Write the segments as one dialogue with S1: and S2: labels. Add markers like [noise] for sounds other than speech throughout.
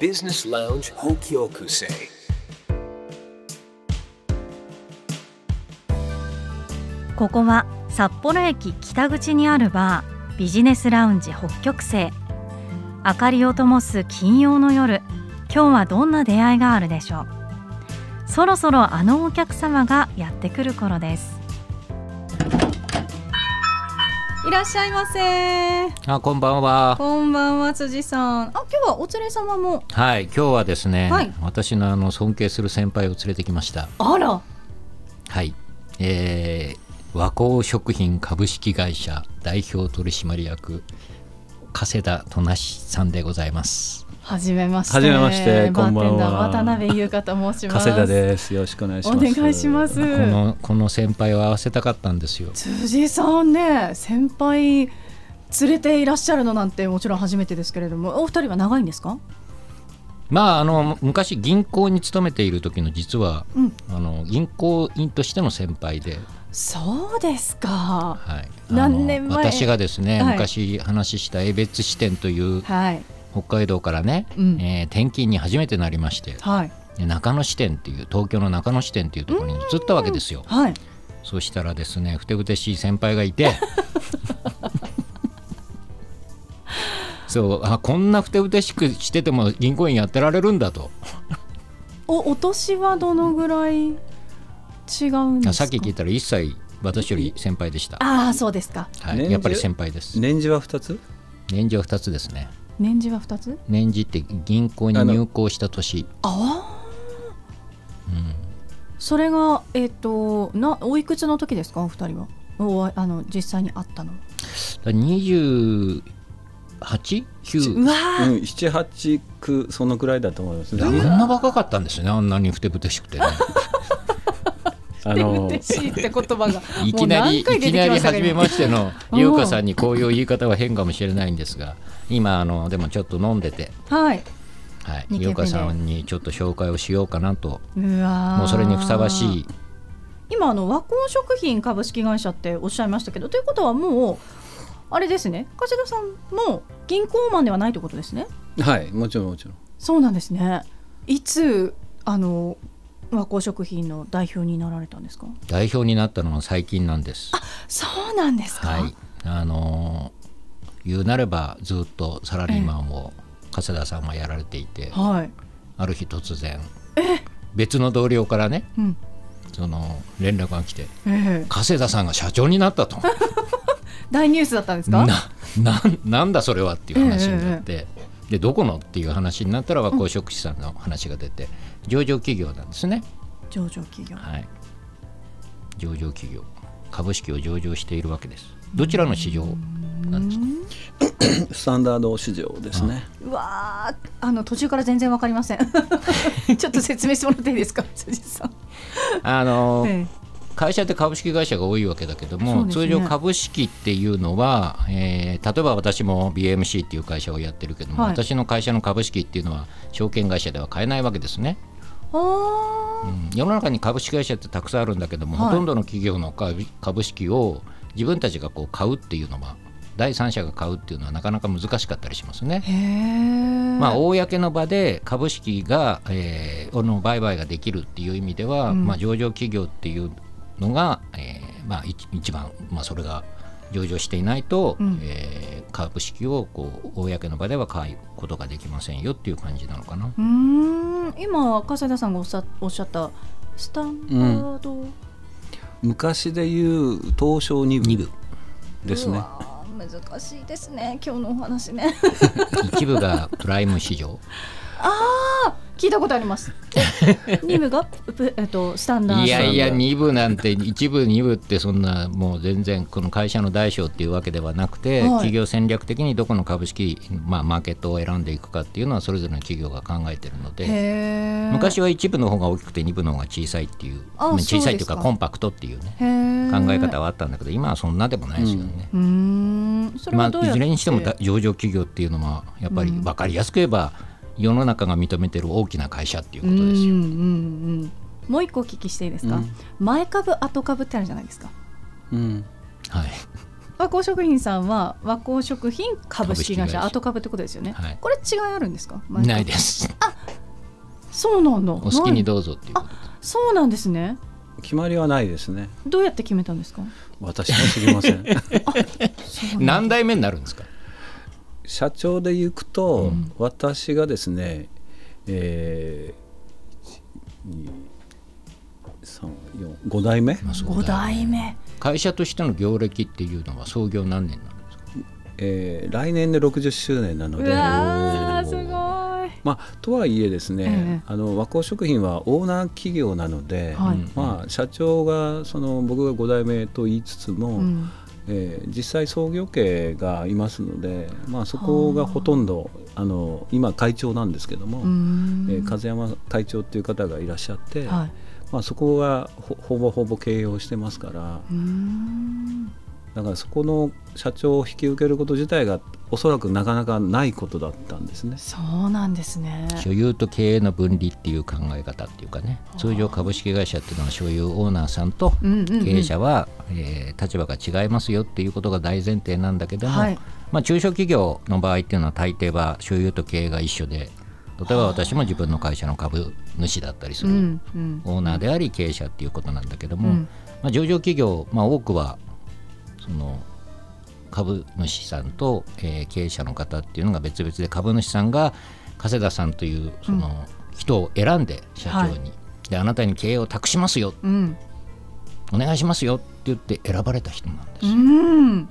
S1: Business Lounge Hokyokusei.
S2: 「ここは札幌駅北口にあるバービジネスラウンジ北極星」明かりを灯す金曜の夜今日はどんな出会いがあるでしょうそろそろあのお客様がやってくる頃ですいらっしゃいませ
S3: あこんばんは。
S2: こんばんは辻さんあ今日はお連れ様も
S3: はい、今日はですね、
S2: はい
S3: 私のあの尊敬する先輩を連れてきました。
S2: あら
S3: はい、えー和光食品株式会社代表取締役加世田となしさんでございます。
S4: はじめまして。
S5: はじめましてこんばんは
S4: バーテンダー渡辺優香と申します。
S5: 加世田です。よろしくお願いします。
S4: お願いします。
S3: このこの先輩を合わせたかったんですよ。
S4: 辻さんね、先輩連れていらっしゃるのなんてもちろん初めてですけれども、お二人は長いんですか？
S3: まああの昔銀行に勤めている時の実は、
S4: うん
S3: あの銀行員としての先輩で。
S4: そうですか。
S3: はい、
S4: 何年前
S3: あの私がですね、
S4: はい
S3: 昔話した江別支店という
S4: はい
S3: 北海道からね、
S4: うん
S3: えー転勤に初めてなりまして
S4: はい
S3: で中野支店っていう東京の中野支店っていうところに移ったわけですよ
S4: はい。
S3: そうしたらですねふてぶてしい先輩がい
S4: [laughs]
S3: てそうあこんなふてぶてしくしてても銀行員やってられるんだと
S4: おお年はどのぐらい違うんですか？
S3: さっき聞いたら一切私より先輩でした、
S4: ああそうですか。
S3: は
S5: 年
S3: い、
S5: 次
S3: やっぱり先輩です
S5: 年次は二つ？
S3: 年次は2つですね
S4: 年次は二つ？
S3: 年次って銀行に入行した年
S4: ああ。
S3: うん
S4: それがえっ、となおいくつの時ですかお二人は？おあの実際に会ったの。
S3: だから 28?9?
S4: うわー
S5: うん、七八九そのくらいだと思います
S3: い
S5: ね。
S3: やあんな若かったんですねあんなにふてぶてしくて
S4: [laughs]
S3: ね
S5: あ
S4: ふ
S5: の
S4: てぶてしいって言葉が
S3: [laughs] いきなりい
S4: もう何回出て
S3: きな
S4: きま
S3: り
S4: したか
S3: 初めましての
S4: うん
S3: 優香さんにこういう言い方は変かもしれないんですが今あのでもちょっと飲んでて
S4: はい。
S3: はい
S4: 二軒目で
S3: 優香さんにちょっと紹介をしようかなと
S4: うわー
S3: もうそれにふさわしい
S4: 今あの和光食品株式会社っておっしゃいましたけどということはもうあれですね加田さんも銀行マンではないということですね
S5: はい、もちろんもちろん。
S4: そうなんですねいつあの和光食品の代表になられたんですか
S3: 代表になったのが最近なんです
S4: そうなんですか、
S3: はいあのー言うなればずっとサラリーマンを加世田さんはやられていて
S4: はい
S3: ある日突然別の同僚からね
S4: うん
S3: その連絡が来て
S4: ええ
S3: 加世田さんが社長になったと
S4: 大ニュースだったんですか
S3: なななんだそれはっていう話になって、でどこのっていう話になったら和光食士さんの話が出て、上場企業なんですね、
S4: 上場企業
S3: はい、上場企業株式を上場しているわけですどちらの市場なんですか
S5: スタンダード市場ですね。
S4: うわーあの途中から全然わかり [laughs] ませんちょっと説明してもらっていいですか辻さん、
S3: あの、
S4: [laughs] ええ
S3: 会社って株式会社が多いわけだけど
S4: そ
S3: も、
S4: うですね
S3: 通常株式っていうのは、えー例えば私も BMC っていう会社をやってるけども、
S4: はい
S3: 私の会社の株式っていうのは証券会社では買えないわけですね、
S4: あ
S3: う
S4: ー
S3: ん世の中に株式会社ってたくさんあるんだけども、
S4: はい
S3: ほとんどの企業の株株式を自分たちがこう買うっていうのは第三者が買うっていうのはなかなか難しかったりしますね。
S4: へえ
S3: まあ、公の場で株式が、えーの売買ができるっていう意味では、
S4: うん
S3: まあ、上場企業っていうのが、えーまあ、一一番、まあ、それが上場していないと、
S4: うん
S3: えー株式をこう公の場では買うことができませんよっていう感じなのかな。
S4: うーん今加世田さんがおっしゃおっしゃったスタンダード、
S5: 昔で言う東証二部
S3: 2部
S5: です
S4: う
S5: ね。
S4: わー難しいですね今日のお話ね [laughs]
S3: 一部がプライム市場
S4: 聞いたことあ
S3: [laughs]
S4: りますニムがプえっとスタンダード
S3: いやいや
S5: そうなんだ
S3: 2部なんて一部2部ってそんなもう全然この会社の大小っていうわけではなくて、
S4: はい
S3: 企業戦略的にどこの株式、まあ、マーケットを選んでいくかっていうのはそれぞれの企業が考えてるので
S4: へー
S3: 昔は一部の方が大きくて二部の方が小さいっていう
S4: あ
S3: まあ
S4: そうですか
S3: 小さいっていうかコンパクトっていうね
S4: へー
S3: 考え方はあったんだけど今はそんなでもないですよね。
S4: うーんそれ
S3: ま
S4: は
S3: あ、
S4: どうや
S3: い
S4: っ
S3: ず
S4: て、
S3: れにしてもだ上場企業っていうのはやっぱり分かりやすく言えば世の中が認めてる大きな会社っていう
S4: う
S3: こ
S4: んう
S3: と
S4: ん
S3: ですよ。
S4: うんもう一個お聞きしていいですか、
S5: うん
S4: 前株後株ってあるじゃないですか
S5: うん。
S3: はい
S4: 和光食品さんは和光食品株式会
S3: 株式会
S4: 社
S3: 社
S4: 後株ってことですよね、
S3: はい
S4: これ違いあるんですか毎回
S3: ないです
S4: そうなんだ
S3: お好きに
S4: ない
S3: どうぞっていうこと
S4: そうなんですね
S5: 決まりはないですね
S4: どうやって決めたんですか
S5: 私は知りませ
S4: そ
S5: ん
S4: うなんだ
S3: 何代目になるんですか
S5: [laughs] 社長で行くと、
S3: うん
S5: 私がですねえー、5代目、
S3: まあそう
S4: 五
S3: だ
S4: 代目
S3: 会社としての業歴っていうのは創業何年なんですか
S5: えー来年で60周年なの
S4: う
S5: で
S4: わ
S3: お
S4: ー
S3: ー
S4: すご
S5: まあ、とはいえですね
S4: ええ、
S5: あの和光食品はオーナー企業なので、
S4: はい
S3: うん
S5: まあ、社長がその僕が5代目と言いつつも、
S4: い、うん、
S5: えー実際創業家がいますので、まあ、そこがほとんどあの今会長なんですけども、
S4: うーん
S5: えー風山会長っていう方がいらっしゃって、
S4: はい
S5: まあ、そこはほほぼほぼ経営をしてますから
S4: うーん
S5: だからそこの社長を引き受けること自体がおそらくなかなかないことだったんですね。
S4: そうなんですね
S3: 所有と経営の分離っていう考え方っていうかね通常株式会社っていうのは所有オーナーさんと
S4: うんうんうん
S3: 経営者は、えー立場が違いますよっていうことが大前提なんだけども、
S4: はい
S3: まあ、中小企業の場合っていうのは大抵は所有と経営が一緒で例えば私も自分の会社の株主だったりす
S4: う
S3: る、
S4: んうん
S3: オーナーであり経営者っていうことなんだけども、
S4: うん
S3: まあ、上場企業、まあ、多くはその株主さんと、えー経営者の方っていうのが別々で株主さんが加世田さんというその人を選んで社長に、であなたに経営を託しますよ
S4: うん
S3: お願いしますよって言って選ばれた人なんです、
S4: うん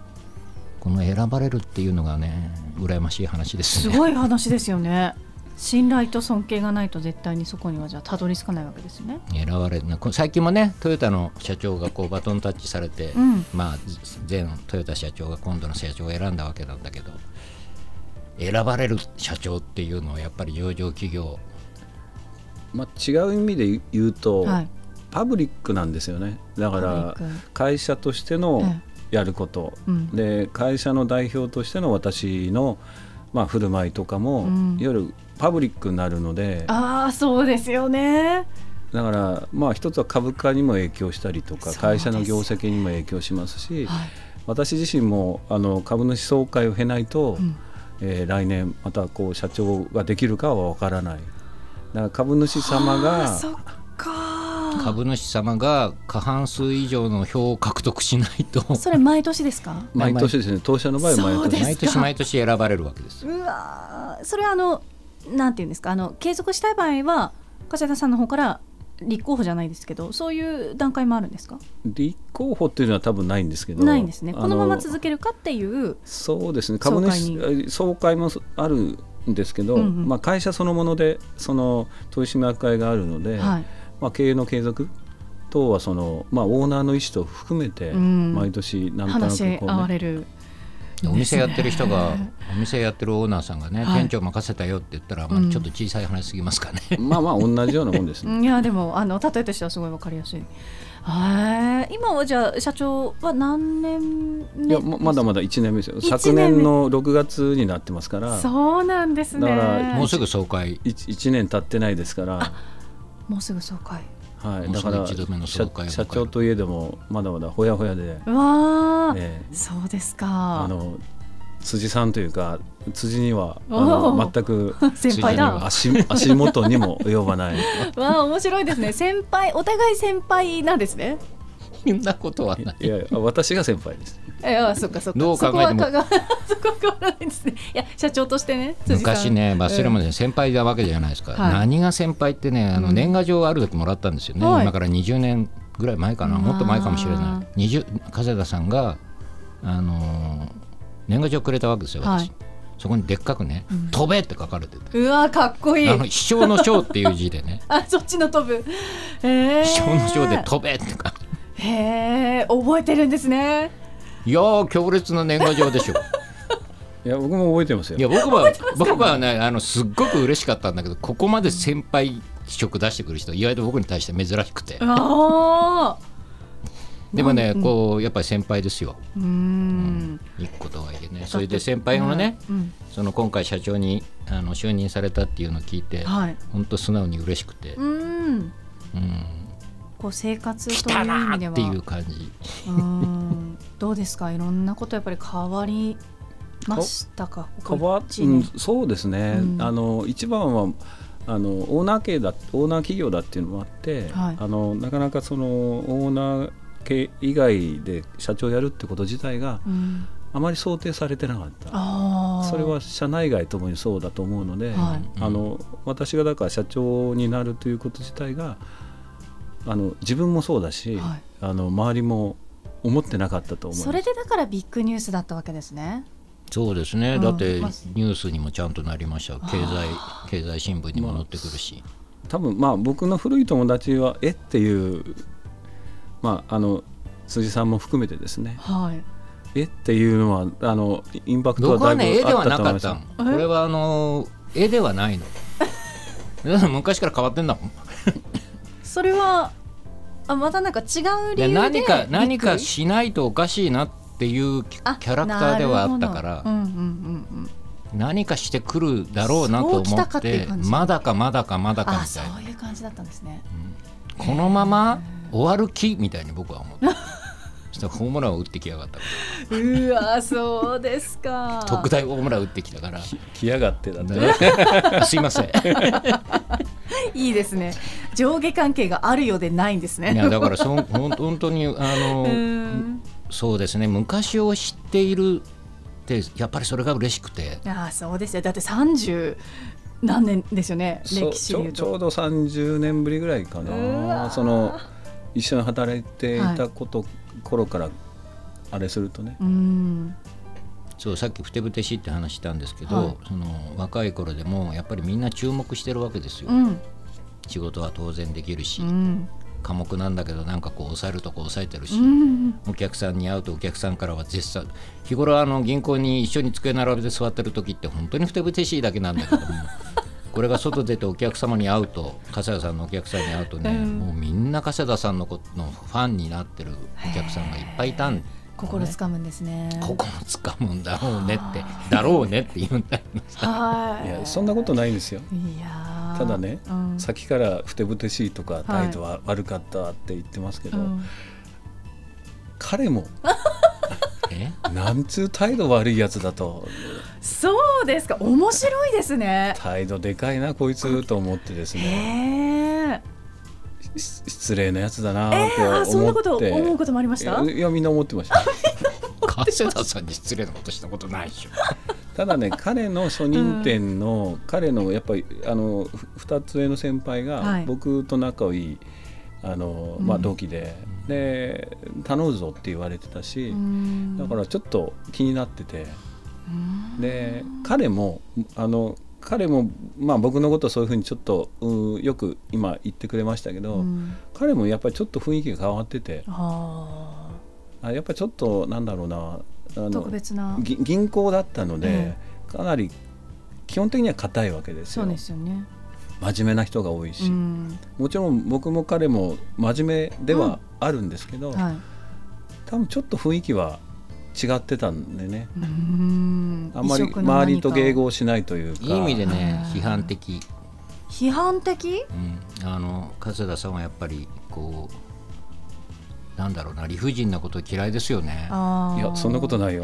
S3: この選ばれるっていうのがね羨ましい話です
S4: す
S3: ね
S4: ごい話ですよね信頼と尊敬がないと絶対にそこにはじゃあたどり着かないわけですよね
S3: 選ばれるなこ最近もねトヨタの社長がこうバトンタッチされて、
S4: うん
S3: まあ、前トヨタ社長が今度の社長を選んだわけなんだけど選ばれる社長っていうのはやっぱり上場企業
S5: まあ、違う意味で言うと、
S4: はい
S5: パブリックなんですよねだか
S4: パ
S5: ら
S4: ブリック
S5: 会社としてのやること、
S4: うん
S5: で会社の代表としての私の、まあ、振る舞いとかも、
S4: うん
S5: いわゆるパブリックになるのでだか
S4: ああそうですよね
S5: ら、まあ、一つは株価にも影響したり
S4: そ
S5: と
S4: う
S5: か
S4: です
S5: 会社の業績にも影響しますし
S4: はい
S5: 私自身もあの株主総会を経ないと、
S4: うん
S5: えー来年またこう社長ができるかは分からない。だから株主様
S4: あ
S5: が
S4: ーそっか
S3: 株主様が過半数以上の票を獲得しないと
S4: それ毎年ですか
S5: 毎年ですね当社の場合は
S4: そう
S5: 毎
S4: です
S5: 年
S4: か
S3: 毎年毎年選ばれるわけです
S4: うわーそれはあのなんていうんですかあの継続したい場合は柏田さんの方から立候補じゃないですけどそういう段階もあるんですか
S5: 立候補っていうのは多分ないんですけど
S4: ないんですねこのま
S5: あ
S4: ま続けるかっていう
S5: そうですね
S4: 総
S5: 株
S4: 会
S5: 主
S4: に
S5: え総会もあるんですけど、
S4: うんうん
S5: まあ、会社そのものでその取締役会があるので、
S4: はい
S5: まあ、経営の継続等はその、まあ、オーナーの意思と含めて
S4: うん
S5: 毎年なんとなく
S4: 話
S5: こう、
S4: し合わ
S5: ね
S4: れる
S3: お店やってる人がお店やってるオーナーさんがね、
S4: はい
S3: 店長任せたよって言ったら、ま
S4: う
S3: あ、
S4: ん
S3: ちょっと小さい話すぎますかね、
S5: まあまあ同じようなもんですね
S4: いやでもあの例えとしてはすごいわかりやすい。はい今はじゃあ社長は何年目
S5: いやままだまだ1年目ですよ
S4: 一年目
S5: 昨年の6月になってますから
S4: そうなんですね。
S5: だから
S3: もうすぐ総
S4: [laughs]
S3: 会
S5: 1, 年経ってないですから、
S4: もうすぐ総会。
S5: は
S3: も
S5: い、
S3: う
S5: だ
S3: すぐ
S5: から
S3: 一度目の総
S5: 社
S3: 会を迎える
S5: 社長といえどもまだまだほやほやで。
S4: うわあ、
S5: ええ
S4: そうですか。
S5: あの辻さんというか辻にはあ
S4: おー
S5: の全く
S4: [laughs] 先
S3: 辻
S4: 輩
S3: に
S4: だ。
S5: 足 [laughs] 足元にも及ばない
S4: わあ面白いですね。先輩お互い先輩なんですね。
S3: そんなことはない
S5: いやいや私が先輩です
S4: えあそっかそっか。
S3: どう考えても
S4: そこはかが [laughs] そこは変わらないですね。いや社長としてね。辻さん
S3: 昔ね、忘れもね、先輩なわけじゃないですか、
S4: はい
S3: 何が先輩ってね、あの年賀状ある時もらったんですよね、
S4: はい
S3: 今から20年ぐらい前かな、
S4: うわー
S3: もっと前かもしれない、20加世田さんが、あのー年賀状くれたわけですよ、私、
S4: はい
S3: そこにでっかくね、飛べって書かれてて、
S4: うんうわあかっこいい、
S3: あ。の飛翔の翔っていう字でね
S4: あそっちの飛ぶ。 [laughs] ええ。
S3: 飛翔の翔で飛べってか、
S4: へえ覚えてるんですね。
S3: いやー、強烈な年賀状
S4: [laughs]
S3: でしょ。
S5: いや僕も覚えてます
S3: い
S5: よ
S3: や僕は僕はねあのすっごく嬉しかったんだけどここまで先輩色出してくる人意外と僕に対して珍しくて
S4: ああ。
S3: でもねこうやっぱり先輩ですよ
S4: うーん。
S3: 一個とはいえねそれで先輩のね
S4: うん。
S3: その今回社長にあの就任されたっていうのを聞いて
S4: はい。
S3: 本当素直に嬉しくて
S4: うーん。
S3: うん
S4: こう生活
S3: 来
S4: という
S3: た
S4: 意
S3: な
S4: 味で
S3: ー
S4: は。
S3: っていう感じ
S4: うーんどうですかいろんなことやっぱり変わりましたかここ
S5: 変わ
S4: 一
S5: うん
S4: 年
S5: そうですね、
S4: うん
S5: あの一番はあのオーナー系だオーナー企業だっていうのもあって、
S4: はい
S5: あのなかなかそのオーナー系以外で社長やるってこと自体が
S4: うん
S5: あまり想定されてなかった
S4: あー
S5: それは社内外ともにそうだと思うので、
S4: はい
S3: うん
S5: あの私がだから社長になるということ自体があの自分もそうだし、
S4: はい
S5: あの周りも思ってなかったと思います
S4: それでだからビッグニュースだったわけですね。
S3: そうですね、
S4: うん
S3: だって
S4: まあ
S3: ニュースにもちゃんとなりましたよ経済経済新聞にも載ってくるし、
S5: 多分まあ僕の古い友達はえっていうまああの辻さんも含めてですね
S4: はい。
S5: えっていうのはあのインパクト
S3: 僕は
S5: はだ
S3: ね
S5: い
S3: 絵
S5: ぶ
S3: で
S5: あ
S3: は
S5: った
S3: な
S5: と思い
S3: か
S5: ま
S3: っ
S5: す
S3: たの
S5: よ
S3: これはあの絵では
S4: [laughs]
S3: ないのだから昔から変わってんだもん
S4: それはあまたなんか違う
S3: い
S4: 理
S3: や
S4: 由で
S3: 何か
S4: ビッグ
S3: 何かしないとおかしいなっていうキ
S4: あ
S3: ャキャラクターではあったか
S4: なるほど
S3: ら
S4: うんうんうんうん。
S3: 何かしてくるだろうなと
S4: そうき
S3: 思
S4: た
S3: っ
S4: かってい
S3: て
S4: う感じ
S3: まだかまだかまだか
S4: あ
S3: み
S4: そ
S3: たいな
S4: ういう感じだったんですね。
S3: このまま終わる気みたいに僕は思ってそ
S4: [laughs]
S3: したらホームランを打ってきやがったから
S4: うわそうですか。
S3: 特大ホームラン打ってきたから
S5: 来やがってだって
S3: ね [laughs] すい
S4: [laughs]
S3: ませんい
S4: いいですね。上下関係があるようでないんですね。
S3: やだからそんほん本当にあの、
S4: [laughs] うん。
S3: そうですね昔を知っているってやっぱりそれが嬉しくて
S4: あーそうですよ。だって三十何年ですよね。
S5: そう
S4: 歴史
S5: ち
S4: で
S5: ょ
S4: いう
S5: ちょ
S4: と。
S5: うど30年ぶりぐらいか
S4: うわ
S5: なその一緒に働いていたこと、頃からあれするとね
S4: うん。
S3: そうさっきふてぶてしいって話したんですけど、
S4: はい
S3: その若い頃でもやっぱりみんな注目してるわけですよ、
S4: うん。
S3: 仕事は当然できるし、
S4: うん。
S3: 寡黙なんだけどなんかこう抑えるとこ抑えてるし、
S4: うん。
S3: お客さんに会うとお客さんからは絶賛日頃あの銀行に一緒に机並べて座ってる時って本当にふてぶてしいだけなんだけどもこれが外出てお客様に会うと加瀬田さんのお客さんに会うとね、
S4: うん
S3: もうみんな加瀬田さんのことのファンになってるお客さんがいっぱいいたん
S4: 心つかむんですね。
S3: ここもつかむんだろうねってだろうねって言うんだよね
S4: はい
S5: や
S4: い。
S5: そんなことないんですよ
S4: いやー
S5: ただね
S4: うん
S5: 先からふてぶてしいとか態度は悪かったって言ってますけ
S4: う
S5: ど、
S4: ん
S5: 彼も
S3: え
S5: なんつう態度悪いやつだと
S4: そうですか面白いですね。
S5: 態度でかいなこいつと思ってです
S4: へ
S5: ね
S4: え。
S5: し失礼なやつだな
S4: え
S5: と思
S4: ー、
S5: っ
S4: あ
S5: て、
S4: そんなこと思うこともありました。
S5: いやいやみんな思って
S4: [laughs]
S5: ました
S3: 加瀬田さんに失礼なことしたことないでしょ
S5: ただね彼の初任店の、彼のやっぱりあのふ二つ上の先輩
S4: は
S5: が
S4: い
S5: 僕と仲いい、あのまあ、
S4: うん
S5: 同期で、で頼うぞって言われてたし、
S4: うん
S5: だからちょっと気になってて。
S4: うん
S5: で彼もあの彼も、まあ、僕のことをそういうふうにちょっとうんよく今言ってくれましたけど、
S4: うん
S5: 彼もやっぱりちょっと雰囲気が変わってて
S4: あ
S5: あやっぱりちょっとなんだろうなあ
S4: ー
S5: の
S4: 特別な。
S5: ぎ銀行だったので、かなり基本的には硬いわけです
S4: そ
S5: よ
S4: うですよね。
S5: 真面目な人が多いし、
S4: うん。
S5: もちろん僕も彼も真面目ではあるんですけど、
S4: はい。
S5: 多分ちょっと雰囲気は違ってたんでね
S4: うん。
S5: あんまり
S4: 異色の何か
S5: 周りと迎合しないというか
S3: いい意味でね
S4: あー
S3: 批判的
S4: 批判的？
S3: うん、あの加瀬田さんはやっぱりこうなんだろうな理不尽なこと嫌いですよね。
S4: あ
S5: い
S4: あ。
S5: やそんなことないよ。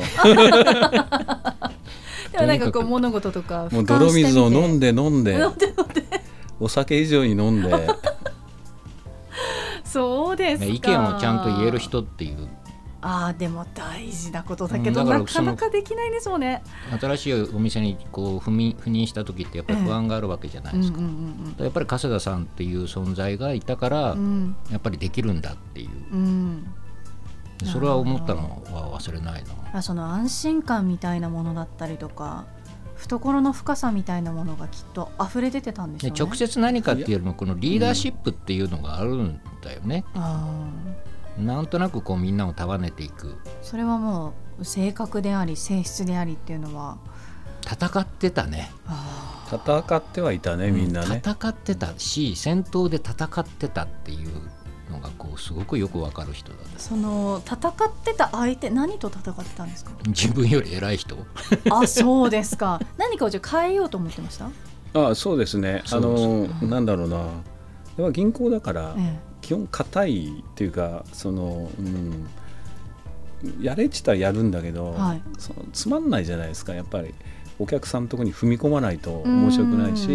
S3: と
S4: でもなんかこ
S3: にか
S4: う
S3: く
S4: 物事
S3: [laughs]
S4: とか
S5: もう泥水を飲
S4: で
S5: んで飲んで
S4: 飲んで飲んで
S5: お酒以上に飲んで
S4: そうですか
S3: ね意見をちゃんと言える人っていう
S4: ああでも大事なことだけど、
S3: うんだから
S4: なかなかできないですもんね
S3: 新しいお店にこう赴任赴任した時ってやっぱり不安があるわけじゃない
S4: うん
S3: で
S4: う
S3: す
S4: ん
S3: か。
S4: うん
S3: やっぱり加瀬田さんっていう存在がいたから、
S4: うん
S3: やっぱりできるんだっていう
S4: うんうん
S3: でそれは思ったのは忘れないな。
S4: あその安心感みたいなものだったりとか懐の深さみたいなものがきっと溢れ出てたんでしょ
S3: で
S4: うね
S3: 直接何かっていうよりもこのリーダーシップっていうのがあるんだよね。
S4: あ
S3: なんとなくこうみんなを束ねていく
S4: ーそれはもう性格であり性質でありっていうのは
S3: 戦ってたね。
S4: あ
S5: 戦ってはいたねみんなね、
S3: 戦ってたし戦闘で戦ってたっていうのがこうすごくよくわかる人だった
S4: ーその戦ってた相手何と戦ってたんです [laughs] か
S3: 自分より偉い人
S4: あそうですか何かをじゃあ変えようと思ってました、
S5: ああそうですねあ
S3: そう
S5: のなんだろうなやっぱ銀行だから
S4: ええ
S5: 基本硬いっていうかそのうんやれって言ったらやるんだけど、
S4: はい
S5: そのつまんないじゃないですかやっぱりお客さんのとこに踏み込まないと面白くないし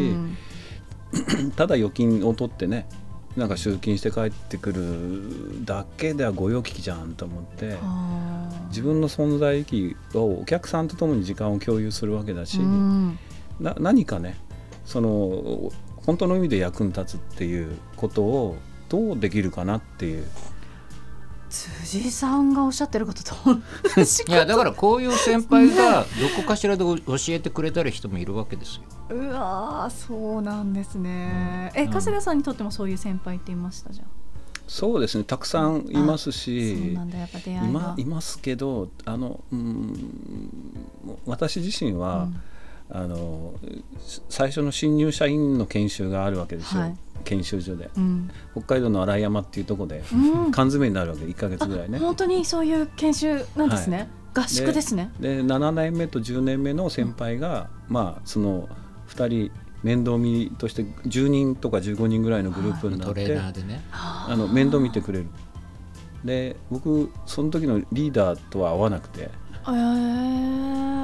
S4: うん
S5: ただ預金を取ってねなんか集金して帰ってくるだけでは御用聞きじゃんと思って
S4: あ
S5: 自分の存在意義をお客さんと共に時間を共有するわけだし、
S4: ーうん
S5: な何かねその本当の意味で役に立つっていうことをどうできるかなっていう
S4: 辻さんがおっしゃってることと [laughs] 同じ
S3: いやだからこういう先輩がどこかしらでお教えてくれたり人もいるわけですよ。
S4: うわーそうなんですね、
S3: うん
S4: え加世田さんにとってもそういう先輩っていましたじゃん
S5: そうですねたくさんいます
S4: そう
S5: し
S4: なんだやっぱ出会いが
S5: 今いますけどあのうん私自身は、あのし最初の新入社員の研修があるわけですよ、
S4: はい
S5: 研修所で
S4: うん
S5: 北海道の荒井山っていうとこで
S4: うんうん
S5: 缶詰になるわけ1か月ぐらいね
S4: 本当にそういう研修なんですね、合宿ですね
S5: で7年目と10年目の先輩が、まあその2人面倒見として10人とか15人ぐらいのグループにな
S3: ト
S5: って、
S3: レーナーでね。
S5: あの面倒見てくれるで僕その時のリーダーとは合わなく
S4: え
S5: て、
S4: ー
S5: えー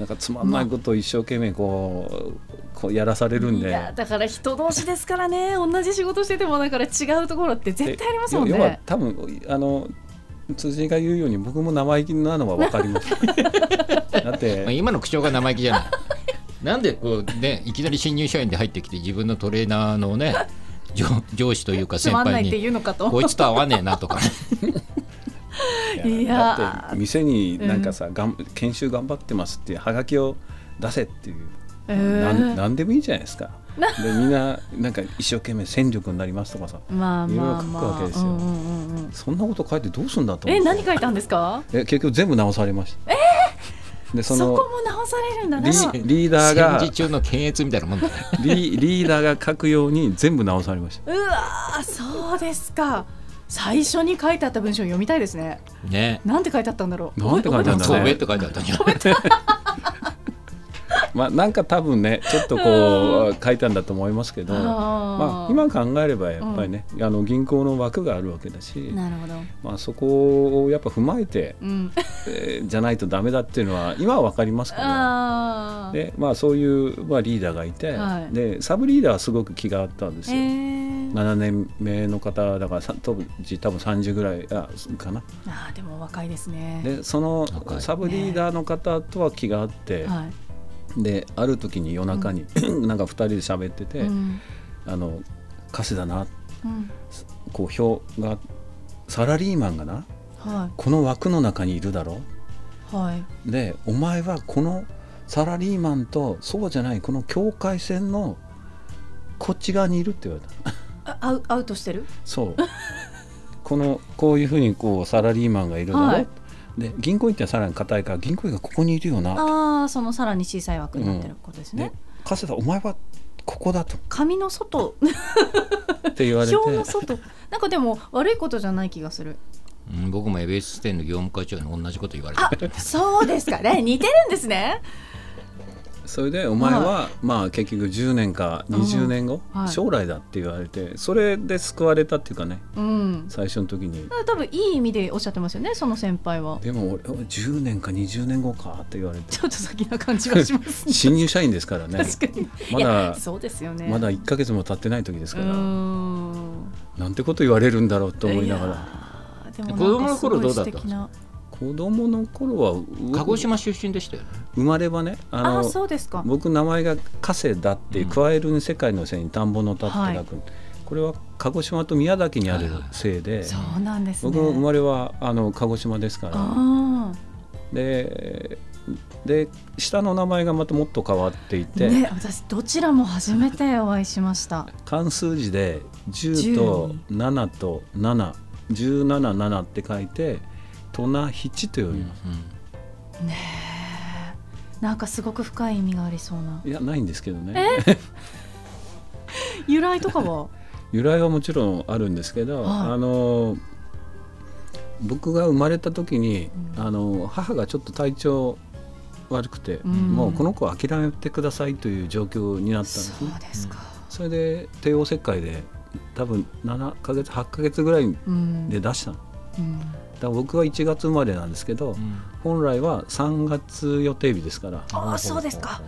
S5: なんかつまんないことを一生懸命こう,、こうやらされるんで
S4: いやだから人同士ですからね同じ仕事しててもだから違うところって絶対ありますもん
S5: 要は
S4: ね
S5: 多分あの辻が言うように僕も生意気なのは分かります
S3: [laughs]
S5: だっ
S3: まあ、
S5: て
S3: 今の口調が生意気じゃない。 [laughs] なんでこうねいきなり新入社員で入ってきて自分のトレーナーのね上上司というか
S4: つ
S3: 先
S4: まんな
S3: 輩
S4: いって
S3: に
S4: 言うのかと
S3: こいつと合わねえなとかね。
S4: いや
S5: だって店になんかさ、がん研修頑張ってますっていうはがきを出せっていう、
S4: え
S5: なん
S4: ー
S5: なんでもいいじゃないですかでみんななんか一生懸命戦力になりますとかさ
S4: まあまあ
S5: いろいろ書
S4: ま
S5: く
S4: あ
S5: わけですよ
S4: うんうんうんうん
S5: そんなこと書いてどうすんだと思
S4: え
S5: って
S4: 何書いたんですか
S5: え結局全部直されました、で
S4: そ
S5: その
S4: こも直されるんだな
S5: リリーダー
S3: 戦
S5: が
S3: 時中の検閲みたいなもんだね。
S5: リリーダーが書くように全部直されました
S4: うわーそうですか最初に書いてあった文章読みたいですね
S3: ね。
S4: なんて書いてあったんだろう
S5: なんて書いてあるんだ
S3: 飛
S5: ろう
S3: べ
S5: ね
S3: って書いてあったんじゃない。
S5: まあ、なんか多分ねちょっとこう書いたんだと思いますけど、まあ、今考えればやっぱりね、あの銀行の枠があるわけだし、
S4: なるほど、
S5: まあ、そこをやっぱ踏まえて、
S4: うん、
S5: えーじゃないとダメだっていうのは今は分かりますけど。
S4: あー
S5: でまあ、そういう、まあ、リーダーがいて、
S4: はい
S5: でサブリーダーはすごく気があったんです
S4: え
S5: よ。
S4: ー、
S5: 7年目の方だからさ当時多分30ぐらいあかな
S4: あーでも若いですね
S5: でその
S3: 若い
S5: サブリーダーの方とは気があって、
S4: は
S5: である時に夜中に、 [clears throat] なんか2人で喋ってて、
S4: い、うん
S5: あの歌詞だな
S4: うん
S5: こう表がサラリーマンがな
S4: は
S5: この枠の中にいるだろ
S4: いはい
S5: でお前はこのサラリーマンとそうじゃないこの境界線のこっち側にいるって言われた
S4: あアウアウトしてる
S5: そう
S4: [laughs]
S5: このこういうふうにこうサラリーマンがいるだろ、
S4: はい
S5: で銀行員ってさらに硬いから銀行員がここにいるよな
S4: ああそのさらに小さい枠になってることですね、
S5: で加瀬田お前はここだと
S4: 紙の外
S5: って言われて
S4: [laughs] 表の
S5: [laughs]
S4: 外なんかでも悪いことじゃない気がする
S3: うん、僕もエベス店の業務課長に同じこと言われた
S4: あ。そうですかね似てるんですね
S5: それでお前は、まあ結局10年か20年後、
S4: うんはい
S5: 将来だって言われてそれで救われたっていうかね
S4: うん
S5: 最初の時に
S4: だから多分いい意味でおっしゃってますよねその先輩は
S5: でも俺は10年か20年後かって言われて
S4: ちょっと先な感じがしますね
S5: 新入社員ですから [laughs] ね
S4: 確かに
S5: ま
S4: い
S5: だ
S4: やそうですよね
S5: まだ1ヶ月も経ってない時です
S4: う
S5: か
S4: ー
S5: ら、
S4: ん
S5: なんてこと言われるんだろうと思いながら
S4: らでもなんか
S3: 子供の頃どうだったんですか
S4: すごい素敵な
S5: 子供の頃はう
S3: 鹿児島出身でしたよね。
S5: 生まれはねあ
S4: あ
S5: の
S4: あそうですか
S5: 僕名前が加瀬だっていう、
S3: うん
S5: 加えるに世界のせいに田んぼの田って書く、これは鹿児島と宮崎にあるせいで、
S4: そうなんですね
S5: 僕の生まれはあの鹿児島ですから
S4: あ
S5: でで下の名前がまたもっと変わってい
S4: あ
S5: て、
S4: ね私どちらも初めてお会いしました
S5: 漢数字で10と7と717って書いて「トナヒチ」と呼
S3: う
S5: び
S3: ん
S5: ます、
S4: ねえなんかすごく深い意味がありそうない
S5: やないんですけどね
S4: 由来とかは
S5: 由来はもちろんあるんですけど、
S4: はい
S5: あの僕が生まれた時に、
S4: うん
S5: あの母がちょっと体調悪くて、
S4: うん
S5: もうこの子は諦めてくださいという状況になったんです
S4: そう
S5: ね
S4: ですか
S5: それで帝王切開で多分7ヶ月8ヶ月ぐらい
S4: うん
S5: で出したの、
S4: うん
S5: だから僕は1月生まれなんですけど、本来は3月予定日ですから
S4: ああそうですか。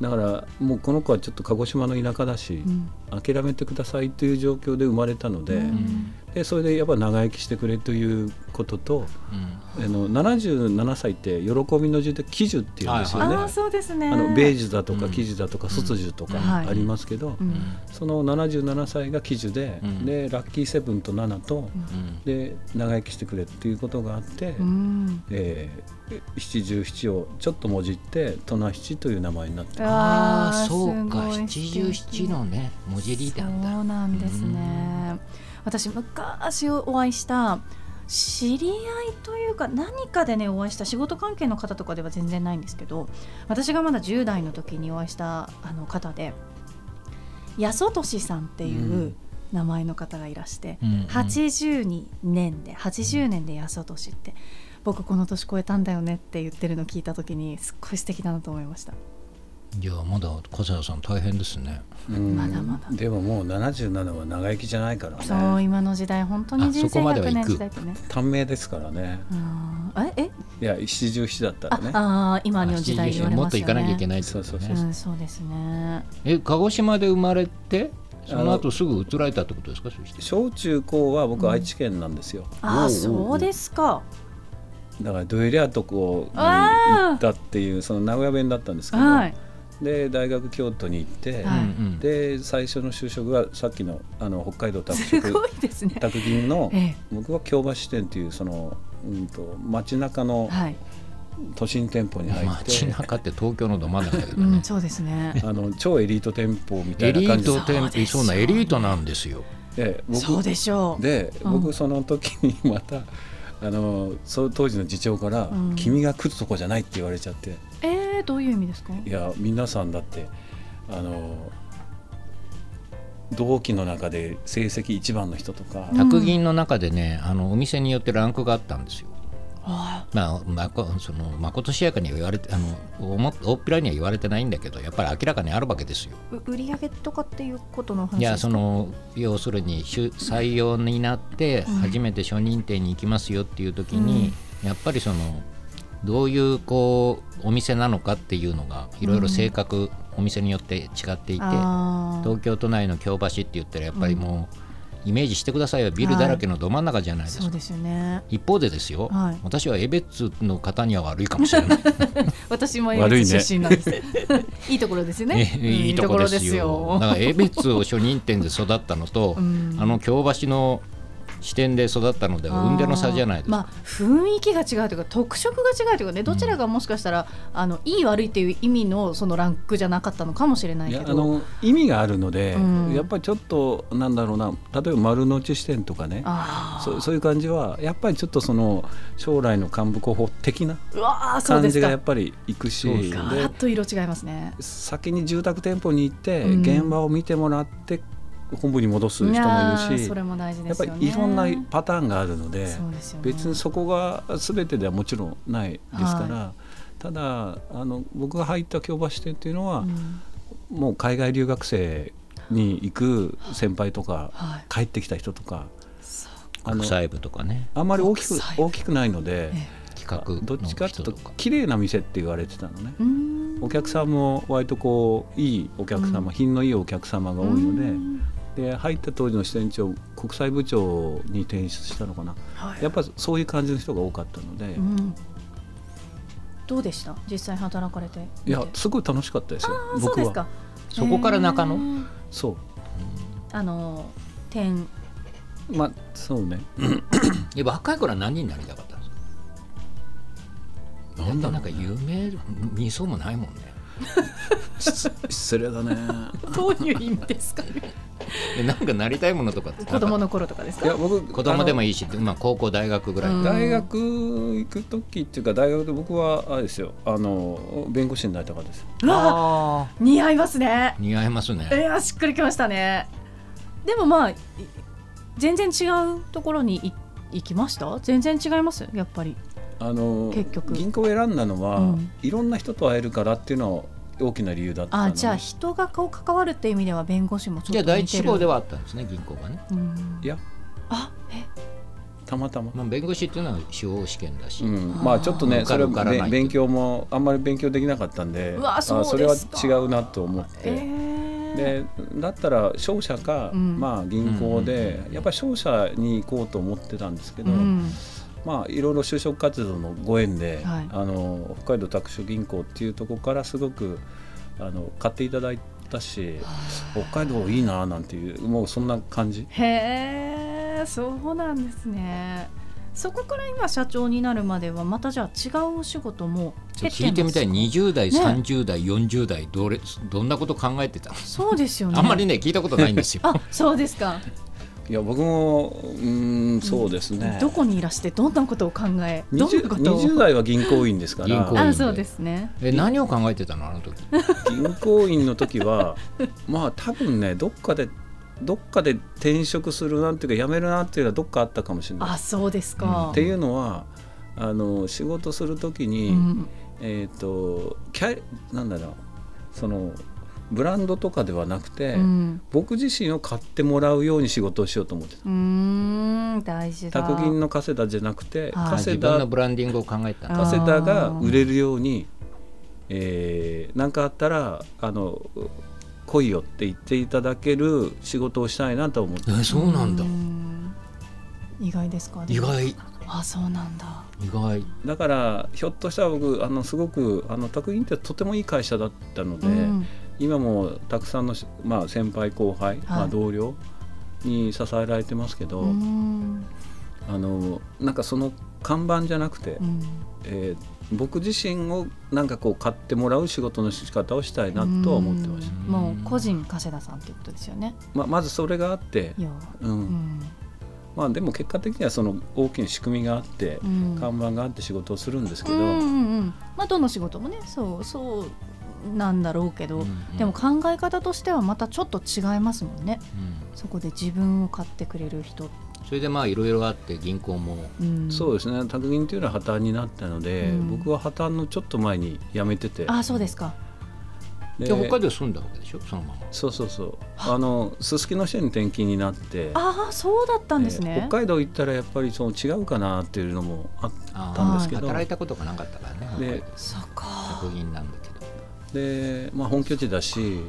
S5: だからもうこの子はちょっと鹿児島の田舎だし、
S4: うん
S5: 諦めてくださいという状況で生まれたので,、
S3: ん
S5: でそれでやっぱ長生きしてくれということと
S3: うん
S5: あの77歳って喜びの字で喜寿っていうんですよね。
S4: ああそうですね。
S5: あのベージュだとか
S3: うん
S5: 喜寿だとか卒寿と
S4: うん
S5: か
S4: はい
S5: ありますけど、
S4: うん
S5: その77歳が喜寿で,、
S3: うん
S5: でラッキーセブンと7と、
S3: うん
S5: で長生きしてくれっていうことがあって、
S4: うん。
S5: えー七十七をちょっともじって殿七という名前になって
S3: あ
S4: ー
S3: あそうか
S4: すごい素
S3: 七
S4: 敵
S3: 十七のね文字リーダー
S4: そ
S3: だ
S4: うなんですね。私昔お会いした知り合いというか何かでねお会いした仕事関係の方とかでは全然ないんですけど私がまだ10代の時にお会いしたあの方で安落さんっていう名前の方がいらして、
S3: うん
S4: 82年で80年で安落って僕この年超えたんだよねって言ってるの聞いた時にすっごい素敵だなと思いました
S3: いやまだ加瀬さん大変ですね
S5: うん
S4: まだまだ
S5: でももう77は長生きじゃないから
S4: そう
S5: ね
S4: 今の時代本当に
S3: あ
S4: 人
S3: そ
S4: 生
S3: こまでは
S4: 100
S3: 行く
S4: 年時代ってね
S5: 短命ですからね
S4: あーええ
S5: いや七十七だったら
S4: あ
S5: ね
S4: あー今の時代
S3: 七
S4: 言
S3: 十
S4: われ
S3: もっ
S4: ま
S3: と
S4: す
S3: 行
S4: よ
S3: か
S4: ね
S3: なきゃいけないって
S5: そ
S3: こ
S5: う
S3: と
S5: そうそう
S3: ね
S4: うん、そうですね
S3: え鹿児島で生まれてその
S5: あ
S3: 後
S5: の
S3: すぐ移られたってことですかそして
S5: 小中高は僕愛知県なんですよ、
S4: ああそうですか
S5: だからドゥエリアとこに
S4: わー
S5: 行ったっていうその名古屋弁だったんですけど、
S4: はい
S5: で大学京都に行って、
S4: はい
S3: うんうん
S5: で最初の就職がさっきのあの北海道拓
S4: すご
S5: 殖
S4: いで
S3: [laughs]
S4: すね
S5: 宅銀の
S4: え
S5: 僕は京橋店っていうその、うん、と街中
S4: え
S5: の
S4: はい
S5: 都心店舗に入って、
S3: 街中って東京のど真ん中だけど
S4: う
S3: ね
S4: んそうですね
S5: あの超エリート店舗みた
S3: エ
S5: いな
S3: リー
S5: 感じ
S3: ト店
S5: で
S4: そう
S3: 舗
S4: でしょ
S3: そうなエリートなんですよ
S5: ええ
S4: そうでしょう
S5: で
S4: うん
S5: 僕その時にまた、あのその当時の次長から、
S4: うん
S5: 君が来るとこじゃない」って言われちゃって
S4: えー、どういう意味ですか
S5: 「いや皆さんだってあの同期の中で成績一番の人とか、
S4: ん
S3: 宅銀の中でねあのお店によってランクがあったんですよ
S4: あ
S3: まあ、まこそのまことしやかには言われてあのおも大っぴらには言われてないんだけどやっぱり明らかにあるわけですよ。
S4: ーう売り上げとかっていうことの話
S3: い
S4: で
S3: や
S4: す
S3: そ
S4: か
S3: の要するに就採用になって
S4: うん
S3: 初めて初任店に行きますよっていう時に、やっぱりそのどういうこうお店なのかっていうのがいろいろ性格、お店によって違っていて
S4: あー
S3: 東京都内の京橋って言ったらやっぱりもう、イメージしてくださいよビルだらけのど真ん中じゃないですか。
S4: そうですよね
S3: 一方でですよ、
S4: はい
S3: 私はエベッツの方には悪いかもしれない
S4: 私も
S5: 悪い
S4: エ
S5: ね
S4: ベツ出身なんです
S3: [laughs]
S4: いいところですよ [laughs] ねうん
S3: いいとこですよ。だからエイベツを初任店で育ったのと、
S4: [laughs] うん
S3: あの京橋の支店で育ったのでは
S4: あー
S3: 運転の差じゃないですか。
S4: まあ、雰囲気が違うというか特色が違うというかねどちらがもしかしたら、あのいい悪いっていう意味のそのランクじゃなかったのかもしれない
S5: い
S4: け
S5: や
S4: ど
S5: あの意味があるので、
S4: うん
S5: やっぱりちょっとなんだろうな例えば丸の内支店とかね
S4: あー
S5: そうそういう感じはやっぱりちょっとその将来の幹部候補的な
S4: うわーそう
S5: 感
S4: で
S5: じ
S4: す
S5: がや
S4: か
S5: っぱりいくし
S3: そうです
S4: ガラッと色違いますね
S5: で先に住宅店舗に行って
S4: うん
S5: 現場を見てもらって本部に戻す人もい
S4: や
S5: る
S4: ー
S5: し、
S4: それも大事
S5: や
S4: で
S5: っぱ
S4: す
S5: り
S4: よね
S5: いろんなパターンがあるので
S4: そうですよね
S5: 別にそこが全てではもちろんないですから、ただあの僕が入った京橋店っていうのは、
S4: うん
S5: もう海外留学生に行く先輩とか
S4: はい
S5: 帰ってきた人とか
S4: そう
S5: あの
S3: 国際部とかね
S5: あんまり大きく
S4: 国際
S5: 大きくないので、
S4: え
S3: 企画
S5: どっ
S3: の
S5: ちかって
S3: 人
S5: いうと
S3: とか。
S5: 綺麗な店って言われてたのね
S4: うーん
S5: お客さんも割とこういいお客様、
S4: うん
S5: 品のいいお客様が多いので,、
S4: うん
S5: で入った当時の支店長国際部長に転出したのかな
S4: はい
S5: やっぱそういう感じの人が多かったので、
S4: うんどうでした実際働かれて
S5: いや
S4: 見て
S5: すごい楽しかったですよ
S4: あーそう
S5: 僕
S4: です
S5: は
S4: か
S3: そこから中野
S4: へー
S5: そう
S4: あの点
S5: まあそうね
S3: え若い頃は何になりたかったんですか。
S5: なんだろ
S3: だ
S5: うね [laughs]
S3: ってなんか有名にそうもないもんね。
S5: 失失礼だね
S4: どういう意味です [laughs] かね
S3: えなんかなりたいものと
S5: [laughs]
S3: かって
S4: 子供の頃とかです
S5: い
S4: か
S5: や僕
S3: 子供でも
S5: いい
S3: いいし、まあ高校大学ぐらい。
S4: うん
S5: 大学行く時っていうか大学で僕はあれですよあの弁護士になりたかったです
S4: うわ
S3: あ
S4: 似合いますね
S3: ー似合います
S4: い
S3: ね。
S4: やしっくりきましたねでもまあい全然違うところにい行きました全然違いますやっぱり
S5: あの
S4: 結局
S5: 銀行を選んだのは、
S4: うん
S5: いろんな人と会えるからっていうのは大きな理由だったの
S4: あじゃあ人がこう関わるって意味では弁護士もち
S3: じゃ
S4: ょ
S3: あ
S4: っと
S3: 第
S4: 似
S3: 一
S4: て
S3: 志
S4: る
S3: 望ではあったんですね銀行がね。
S4: うん
S5: いや
S4: あえ
S5: たまたま、
S3: まあ、弁護士っていうのは司法試験だし、
S5: うん、まあちょっとね
S3: 受か
S5: それ
S3: る
S5: は
S3: 受からない
S5: べ勉強もあんまり勉強できなかったんで
S4: うわ
S5: あ
S4: そう
S5: それは
S4: ですか
S5: 違うなと思って。
S4: え
S5: でだったら商社か、
S4: うん
S5: まあ、銀行で、
S3: うん
S5: やっぱり商社に行こうと思ってたんですけど、
S4: うん
S5: まあ、いろいろ就職活動のご縁で、
S4: はい
S5: あの北海道拓殖銀行っていうところからすごくあの買っていただいたし北海道いいななんていうもうそんな感じ
S4: へえそうなんですねそこから今社長になるまではまたじゃあ違うお仕事も
S3: ちょっと聞いてみたい
S4: 経験です
S3: 20代、
S4: ね
S3: 30代40代どれどんなこと考えてたの
S4: そうですよね
S3: あんまりね聞いたことないん [laughs] ですよ
S4: あそうですか
S5: いや僕もうーんそうですね、
S4: どこにいらしてどんなことを考えどんな
S5: 20,
S4: ことを
S5: 20代は銀行員ですから
S3: 銀行員
S4: あそうですね
S3: え何を考えてたのあの時
S5: 銀行員の時は [laughs] まあ多分ねどっかでどっかで転職するなんていうか辞めるなっていうのはどっかあったかもしれない。
S4: あそうです
S3: うん
S4: か
S5: っていうのはあの仕事する時に、
S4: うん
S5: えっ、とキャなんだろうそのブランドとかではなくて、
S4: うん
S5: 僕自身を買ってもらうように仕事をしようと思ってた。
S4: うーん大事だ
S5: 宅銀の加世田じゃなくて
S4: あー
S5: 加
S3: 自
S5: 世
S3: 分
S5: 田
S3: のブランディングを考えてたの
S4: あ
S5: 加世田が売れるように何、えーなんかあったらあの来いよって言っていただける仕事をしたいなと思って
S3: えそうなんだ
S4: ん意外ですか
S3: 意外意
S4: あそうなんだ
S3: 外
S5: だからひょっとしたら僕あのすごくあの宅銀ってとてもいい会社だったので、
S4: うん
S5: 今もたくさんのし、まあ、先輩後輩、まあ、同僚に支えられてますけど、
S4: うん
S5: あのなんかその看板じゃなくて、えー僕自身をなんかこう買ってもらう仕事の仕方をしたいなとは思ってました、
S4: うんもう個人加世田さんということですよね
S5: まあ、まずそれがあって、
S4: 要は
S5: うん
S4: うん
S5: まあ、でも結果的にはその大きな仕組みがあって、
S4: うん
S5: 看板があって仕事をするんですけ
S4: う
S5: ど、
S4: んうんうんまあどの仕事もねそうそうなんだろうけど、でも、考え方としてはまたちょっと違いますもんね
S3: うんうん
S4: そこで自分を買ってくれる人、
S3: それでまあいろいろあって銀行も
S4: うん、
S5: そうですね宅銀というのは破綻になったので、
S4: うん
S5: 僕は破綻のちょっと前に辞めてて
S4: あそうですか
S5: で
S3: で北海道住んだわけでしょそのまま
S5: そうそうそうあのすすきの市に転勤になって
S4: ああそうだったんですね、
S5: えー北海道行ったらやっぱりその違うかなっていうのもあっ
S3: あー
S5: たんですけど
S3: 働いたことがなかったからね北海
S5: で
S3: 道
S4: そっか
S3: 作品なんだけど
S5: で、まあ、本拠地だし、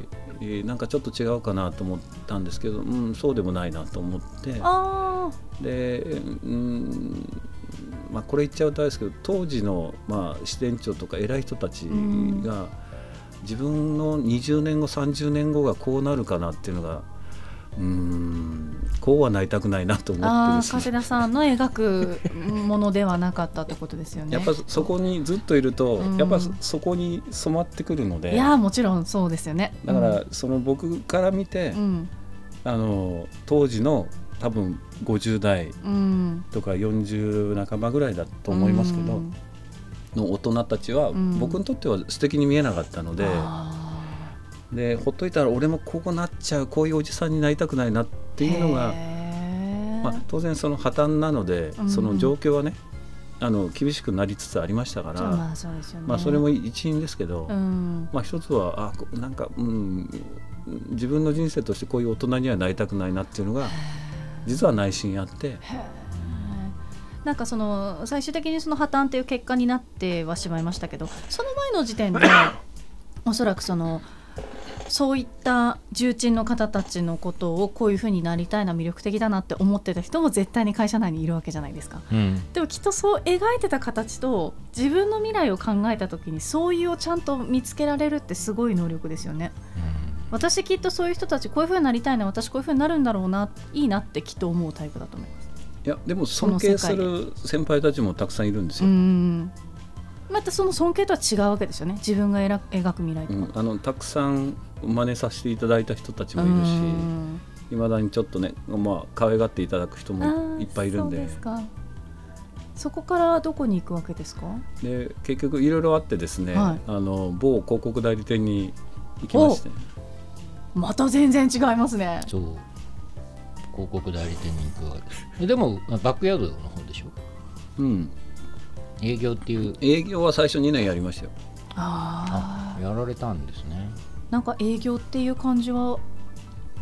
S5: えーなんかちょっと違うかなと思ったんですけど、うん、そうでもないなと思って
S4: あ
S5: で、うんまあ、これ言っちゃうとあれですけど当時の、まあ、支店長とか偉い人たち
S4: うん
S5: が自分の20年後30年後がこうなるかなっていうのがうんこうはなりたくないなと思
S4: ー
S5: って
S4: あ
S5: で
S4: ー
S5: すね
S4: 加世田さんの描くものではなかったってことですよね
S5: やっぱそこにずっといると、
S4: うん
S5: やっぱそそこに染まってくるので
S4: いやーもちろんそうですよね
S5: だからその僕から見て、
S4: うん
S5: あの当時の多分50代
S4: うん
S5: とか40半ばぐらいだと思いますけど、
S4: うん
S5: の大人たちは
S4: うん
S5: 僕にとっては素敵に見えなかったので,、
S4: あ
S5: でほっといたら俺もこうなっちゃうこういうおじさんになりたくないなって
S4: ー
S5: いうのが、
S4: へー
S5: まあ、当然その破綻なので、
S4: うん
S5: その状況はねあの厳しくなりつつありましたから、ま
S4: まあそうですよ
S5: あ
S4: ね
S5: それも一因ですけど。
S4: うん
S5: まあ、一つはあこなんか、うん、自分の人生としてこういう大人にはなりたくないなっていうのが実は内心あって
S4: へーなんかその最終的にその破綻という結果になってはしまいましたけどその前の時点でおそらくそのそういった重鎮の方たちのことをこういうふうになりたいな魅力的だなって思ってた人も絶対に会社内にいるわけじゃないですか。
S3: うん
S4: でもきっとそう描いてた形と自分の未来を考えた時にそういうをちゃんと見つけられるってすごい能力ですよね。私きっとそういう人たちこういうふうになりたいな私こういうふうになるんだろうないいなってきっと思うタイプだと思います。
S5: いやでも尊敬する先輩たちもたくさんいるんです
S4: う
S5: よ。
S4: んまたその尊敬とは違うわけですよね自分が描く描く未来
S5: う
S4: と
S5: ん
S4: か。、
S5: あのたくさん真似させていただいた人たちもいるし
S4: うん
S5: いまだにちょっとね、まあ可愛がっていただく人もいっぱいいるんで
S4: あーそうすかそこからどこに行くわけですか
S5: で結局いろいろあってですね、
S4: はい
S5: あの某広告代理店に行きまして
S4: また全然違いますね。
S3: そう広告代理店に行くわけでもバックヤードの方でしょ
S5: うん、
S3: 営業っていう
S5: 営業は最初2年やりましたよ。
S4: あ
S3: やられたんですね
S4: ーなんか営業っていう感じは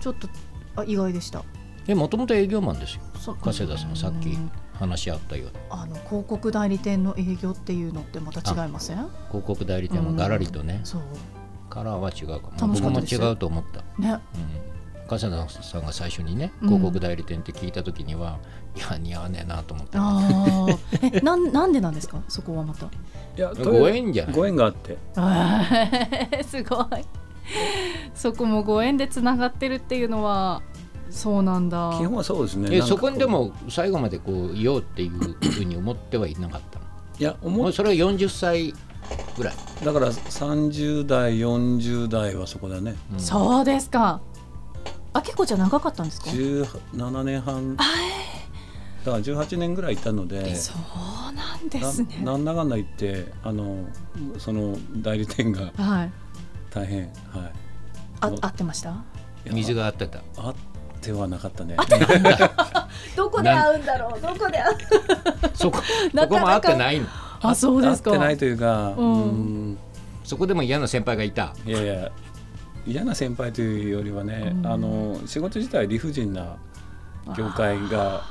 S4: ちょっとあ意外でした。
S3: えもともと営業マンですよ
S4: そ
S3: 加世田さんさっき
S4: うん
S3: 話し合ったような
S4: あの広告代理店の営業っていうのってまた違いません
S3: 広告代理店もガラリとね、
S4: そう
S3: カラーは違うかも
S4: 楽し
S3: 僕
S4: かった
S3: も
S4: です
S3: 違
S4: よ
S3: うと思った、
S4: ね
S3: うん、加瀬さんが最初にね
S4: うん
S3: 広告代理店って聞いた時には、いや似合わねえなと思った
S4: ああえなんなんでなんですかそこはまた
S5: いやという
S3: ご縁じゃない
S5: ご縁があって
S4: えー [laughs] すごいそこもご縁でつながってるっていうのはそうなんだ
S5: 基本はそうですね
S3: え
S5: なんか
S3: そこにでも最後までこういようっていうふうに思ってはいなかったの
S5: いや
S3: も
S5: 思
S3: う
S5: っ
S3: それは40歳ぐらい、
S5: だから30代40代はそこだね
S3: うん
S4: そうですかあ結構じゃあ長かったんですか
S5: 17年半だから18年ぐらいいたので
S4: そうなんで
S5: な
S4: すね
S5: なんだかんだ言ってあのその代理店が [laughs]
S4: はい
S5: 大変はい
S4: あ
S5: そう
S4: 合ってました
S5: いや
S3: 水が合って
S4: [laughs]
S3: た
S5: あってはなかったね
S4: どこ
S3: で会
S4: うんだろうどこで会う
S3: そこそ
S4: なかなか
S3: こも合ってないの
S4: あそうですか
S5: あってないというか
S4: う
S5: うんん
S3: そこでも嫌な先輩がいた
S5: いやいや嫌な先輩というよりはね、
S4: うん
S5: あの仕事自体理不尽な業界が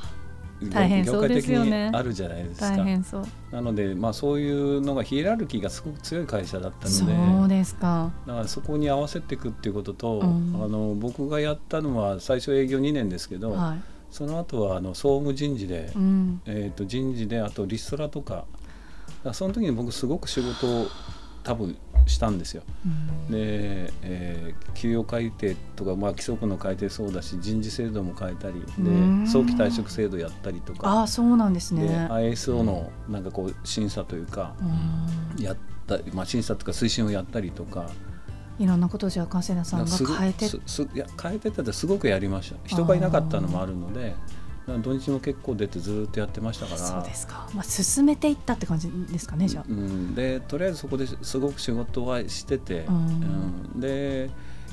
S5: 業
S4: 大変そう
S5: 業界
S4: で
S5: 的
S4: すよね
S5: にあるじゃないです
S4: 大
S5: か
S4: 変そう
S5: なので、まあ、そういうのがヒエラルキーがすごく強い会社だった
S4: そ
S5: の
S4: う
S5: で
S4: ですか
S5: だからそこに合わせていくっていうことと、
S4: うん
S5: あの僕がやったのは最初営業2年ですけど、
S4: は
S5: その後はあの総務人事で
S4: い、うん
S5: えー、と人事であとリストラとかだからその時に僕すごく仕事を多分したんですよ。
S4: うん
S5: で、えー給与改定とか、まあ、規則の改定そうだし人事制度も変えたりで
S4: うん
S5: 早期退職制度やったりとか、
S4: ああそうなんです
S5: で
S4: ね
S5: ISO のなんかこう審査というか、
S4: うん
S5: やったまあ、審査とか推進をやったりとか
S4: いろんなことをじゃあ加瀬田さんが
S5: すご
S4: 変えて
S5: すすいや変えてったってすごくやりました人がいなかったのもあるのでだから土日も結構出てずーっとやってましたから。
S4: そうですか、まあ、進めていったって感じですかねじゃあ、
S5: うん、でとりあえずそこですごく仕事はしてて、
S4: うん
S5: うんで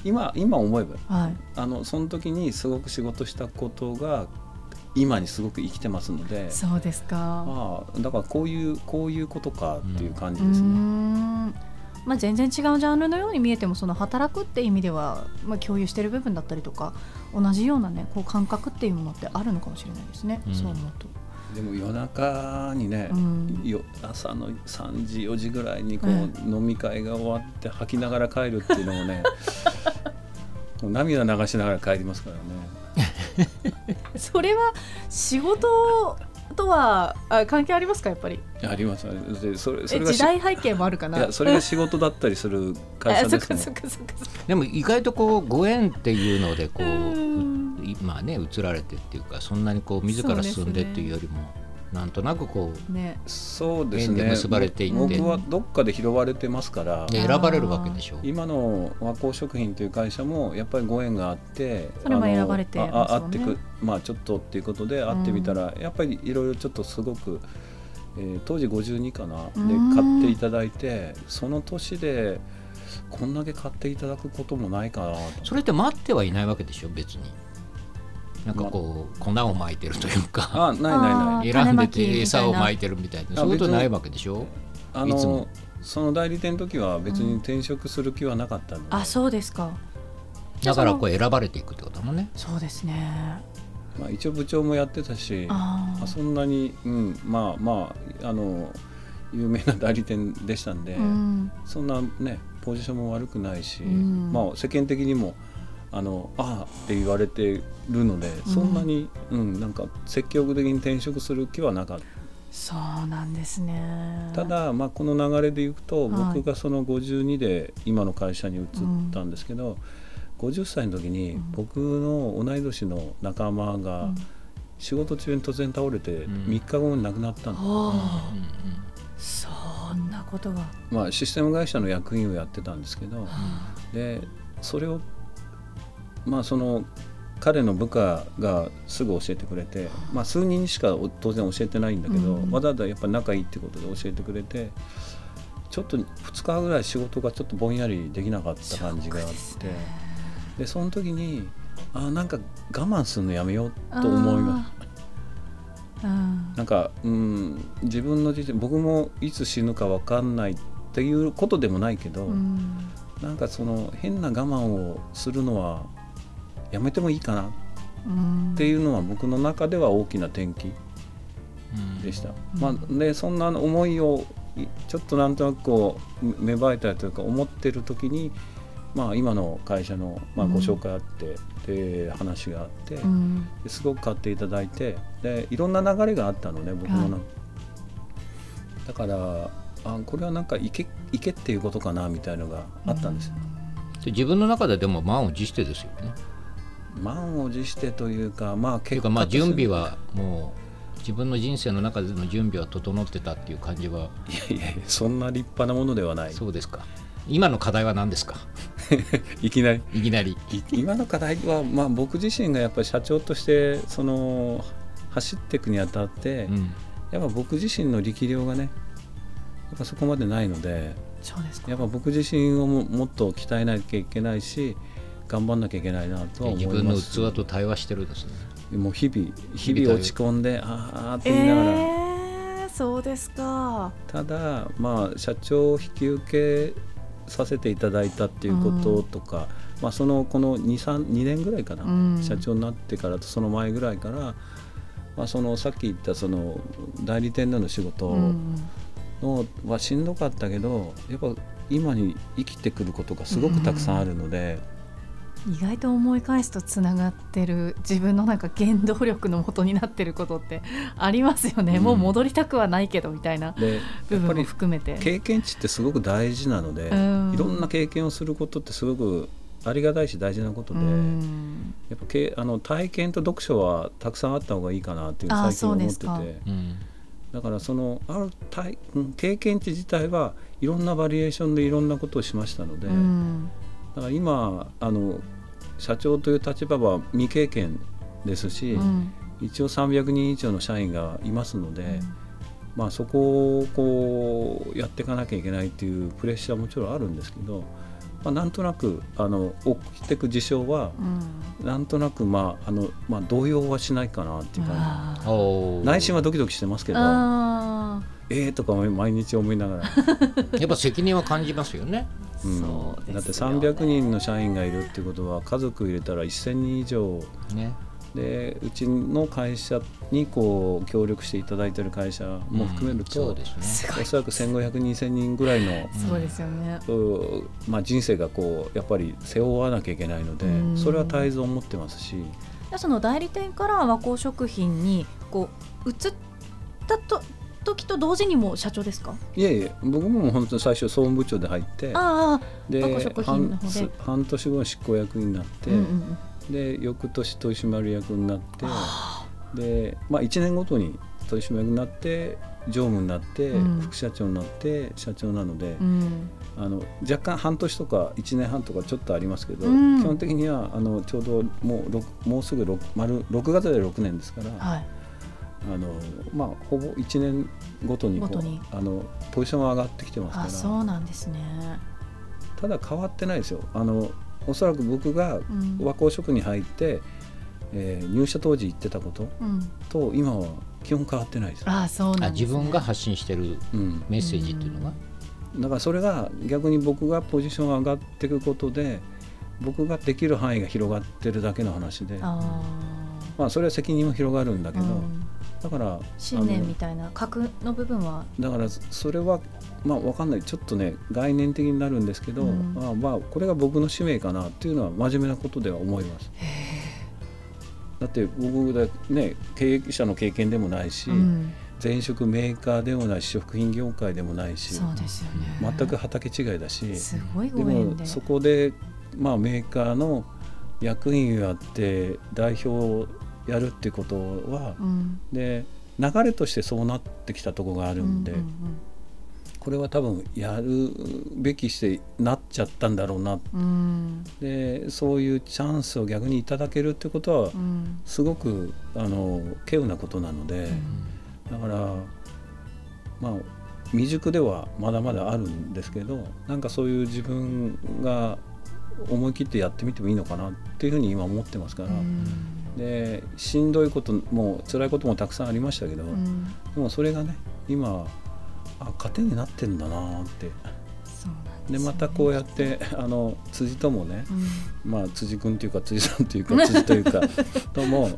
S5: 今今思えば
S4: はい
S5: あのその時にすごく仕事したことが今にすごく生きてますので
S4: そうですか
S5: ああだからこういうこういうことかっていう
S4: う
S5: 感
S4: ー
S5: じですね。
S4: んまあ全然違うジャンルのように見えてもその働くって意味では、まあ、共有してる部分だったりとか同じようなねこう感覚っていうものってあるのかもしれないですね、
S3: うん
S4: そう思うと、 [laughs]
S5: でも夜中にね、
S4: うん
S5: よ朝の3時4時ぐらいにこう、
S4: え
S5: 飲み会が終わって吐きながら帰るっていうのもね
S4: [laughs]
S5: もう涙流しながら帰りますからね。
S4: それは仕事とはあ関係ありますかやっぱり
S5: ありますでそれそ
S4: え
S5: れが
S4: 時
S5: し
S4: 代背景もあるか
S5: い
S4: な
S5: やそれが仕事だったりする会
S4: あ
S5: 社
S4: そ
S5: で
S4: っ
S5: す
S3: [laughs]
S5: も
S4: かそっか
S5: ん
S4: そっかそっか
S3: でも意外とこうご縁っていうのでこう
S4: うん
S3: 今ね移られてっていうかそんなにこう自ら進んでっていうよりも、なんとなくこう
S4: ね
S5: そうです
S3: 縁で
S5: ね
S3: 結ばれていって
S5: 僕はどっかで拾われてますから
S3: で選ばれるわけでしょ
S5: 今の和光食品という会社もやっぱりご縁があって
S4: それも
S5: あの
S4: 選ばれてま
S5: あ
S4: す
S5: あ
S4: よね
S5: 会ってくまあちょっとっていうことで会ってみたら、やっぱりいろいろちょっとすごく、えー当時52かな
S4: う
S5: で
S4: ん
S5: 買っていただいてその年でこんだけ買っていただくこともないかなと
S3: それって待ってはいないわけでしょ別になんかこう粉をまいてるというか
S5: あないないない
S4: あ
S3: 選ん
S4: ー
S3: で
S4: 種まきみたいな
S3: て餌をまいてるみたいなそういうことないわけでしょ
S5: あ
S3: いつも
S5: のその代理店の時は別に転職する気はなかったので、
S4: あそうですか
S3: だからこう選ばれていくってことだもんね
S4: そうですね
S5: まあ、一応部長もやってたし
S4: あ
S5: まあそんなに、うん、まあまああの有名な代理店でしたんで、
S4: あ、うん、
S5: そんなねポジションも悪くないし、
S4: うん
S5: まあ、世間的にもあのああって言われてるのでそんなに、うんなんか積極的に転職する気はなかった。
S4: そうなんですね
S5: ただ、まあ、この流れでいくと、
S4: はい
S5: 僕がその52で今の会社に移ったんですけど、50歳の時に
S4: ん
S5: 僕の同い年の仲間
S4: う
S5: が
S4: ん
S5: 仕事中に突然倒れて
S3: ん
S5: 3日後に亡くなったんです、
S4: おー
S3: うんうん
S4: そんなことが
S5: まあ、システム会社の役員をやってたんですけどでそれを、まあ、その彼の部下がすぐ教えてくれて、まあ、数人しかお当然教えてないんだけど、
S4: うん
S5: わざわざやっぱ仲いいってことで教えてくれてちょっと2日ぐらい仕事がちょっとぼんやりできなかった感じがあってで,、その時にあなんか我慢するのやめようと思います
S4: あーうん
S5: なんか、うん、自分の人生僕もいつ死ぬか分かんないっていうことでもないけど、
S4: うん
S5: なんかその変な我慢をするのはやめてもいいかな
S4: うん
S5: っていうのは僕の中では大きな転機でした、
S4: うん
S5: まあ、でそんな思いをいちょっとなんとなくこうめ芽生えたりというか思ってる時に、まあ、今の会社の、まあ、
S4: うん
S5: ご紹介あって、で話があって、
S4: うん
S5: ですごく買っていただいてでいろんな流れがあったのね僕もな、
S4: は
S5: だからあこれはなんかいけいけっていうことかなみたいのがあったんですよ、
S3: で自分の中ででも満を持してですよね。
S5: 満を持してというかまあ
S3: とい
S5: 結
S3: う
S5: 果
S3: かまあ
S5: として
S3: 準備はもう自分の人生の中での準備は整ってたっていう感じはい
S5: やいやいや [laughs] そんな立派なものではない
S3: そうですか。今の課題は何ですか。
S5: いきなり
S3: いきなり。
S5: い今の課題は、まあ、僕自身がやっぱり社長としてその走っていくにあたって、
S3: うん
S5: やっぱ僕自身の力量がねやっぱそこまでないので
S4: そうですか
S5: やっぱ僕自身をももっと鍛えなきゃいけないし頑張んなきゃいけないなとは思い
S3: 自
S5: ます
S3: 分の器と対話してるんですね。
S5: もう日々日
S3: 日々
S5: 々落ち込んであーあーって
S4: え
S5: 言いながら、
S4: ー、そうですか
S5: ただまあ社長を引き受けさせていただいたっていうこととか、まあ、そのこの23 2年ぐらいかな、
S4: うん
S5: 社長になってからとその前ぐらいから、まあ、そのさっき言ったその代理店での仕事
S4: うんうん
S5: のはしんどかったけどやっぱ今に生きてくることがすごくたくさんあるので、
S4: 意外と思い返すとつながってる自分のなんか原動力の元になってることって [laughs] ありますよね、
S5: うん
S4: もう戻りたくはないけどみたいな
S5: で
S4: 部
S5: やっ
S4: 分
S5: ぱ
S4: も
S5: り
S4: 含めて
S5: 経験値ってすごく大事なので、
S4: うん
S5: いろんな経験をすることってすごくありがたいし大事なことで。
S4: うん
S5: やっぱけあの体験と読書はたくさんあった方がいいかなっていう
S4: あー
S5: 最近思ってて
S4: そうで
S3: うん。
S5: だからそのある体うん経験値自体はいろんなバリエーションでいろんなことをしましたので、
S4: うん
S5: だから今あの社長という立場は未経験ですし、
S4: うん
S5: 一応300人以上の社員がいますので、まあ、そこをこうやっていかなきゃいけないっていうプレッシャーもちろんあるんですけど、まあ、なんとなくあの起きてく事象は
S4: うん
S5: なんとなく、まああのまあ、動揺はしないかなっていう感
S4: あー
S3: おー
S5: じ内心はドキドキしてますけど
S4: あ
S5: えーとか毎日思いながら、
S3: やっぱ責任は感じますよね。
S5: う
S4: ー
S5: ん
S4: そう
S5: だ
S4: で
S5: って
S4: すよね
S5: 300人の社員がいるっていうことは家族入れたら1000人以上
S3: ね。
S5: でうちの会社にこう協力していただいてる会社も含める
S3: うん
S5: と、
S3: そうですね。
S4: すご
S5: お
S4: い
S5: そらく1500人1000人ぐらいの。
S4: すごいですよね、
S5: うんまあ、人生がこうやっぱり背負わなきゃいけないので
S4: うん
S5: それは絶えず思ってますし
S4: でその代理店から和光食品にこう移ったと時と同時にもう社長ですか
S5: いえいえ僕も本当に最初総務部長で入って
S4: ああ
S5: で
S4: 過去食品の方で
S5: 半半年後に執行役員になって、
S4: うんうん
S5: で翌年取締役になってで、まあ、1年ごとに取締役になって常務になって、
S4: うん
S5: 副社長になって社長なので、
S4: うん
S5: あの若干半年とか1年半とかちょっとありますけど、
S4: うん
S5: 基本的にはあのちょうどもうろくもうすぐ 6, 丸6月で6年ですから、
S4: うんはい
S5: あのまあ、ほぼ1年ごとにこう
S4: ごとに
S5: あのポジションは上がってきてますか
S4: あ
S5: ら。
S4: そうなんですね
S5: ただ変わってないですよあのおそらく僕が
S4: ん
S5: 和光職に入って、えー入社当時言ってたこと
S4: うん
S5: と今は基本変わってないです、
S4: あそう
S3: あ
S4: なんです、ね、
S3: 自分が発信してる
S5: うん、
S3: メッセージっていうのが。
S5: だからそれが逆に僕がポジションが上がっていくことで僕ができる範囲が広がってるだけの話で
S4: あ
S5: まあ、それは責任も広がるんだ
S4: ー
S5: けど、
S4: うん
S5: だから
S4: 信
S5: あ
S4: 念
S5: の
S4: みたいな格の部分は
S5: だからそれはまあわかんないちょっとね概念的になるんですけど、
S4: うん
S5: まあまあこれが僕の使命かなっていうのは真面目なことでは思います。だって僕だね経営者の経験でもないし、
S4: うん
S5: 前職メーカーでもないし食品業界でもないし
S4: そうですよね
S5: 全く畑違いだし
S4: すごい
S5: で
S4: ご縁で
S5: もそこで、まあ、メーカーの役員をやって代表をやるってことは、
S4: うん
S5: で流れとしてそうなってきたとこがあるんで。
S4: うんうん
S5: これは多分やるべきしてなっちゃったんだろうな
S4: うん
S5: でそういうチャンスを逆にいただけるってことは
S4: うん
S5: すごくあの稀有なことなのでだからまあ未熟ではまだまだあるんですけどなんかそういう自分が思い切ってやってみてもいいのかなっていうふうに今思ってますから、
S4: うん
S5: でしんどいことも辛いこともたくさんありましたけど、
S4: うん
S5: でもそれがね今あ糧になってんだなって。
S4: そうなんです
S5: で
S4: よね
S5: またこうやってあの辻ともね、
S4: うん
S5: まあ、辻君というか辻さんとい
S4: [laughs]
S5: うか辻というかとも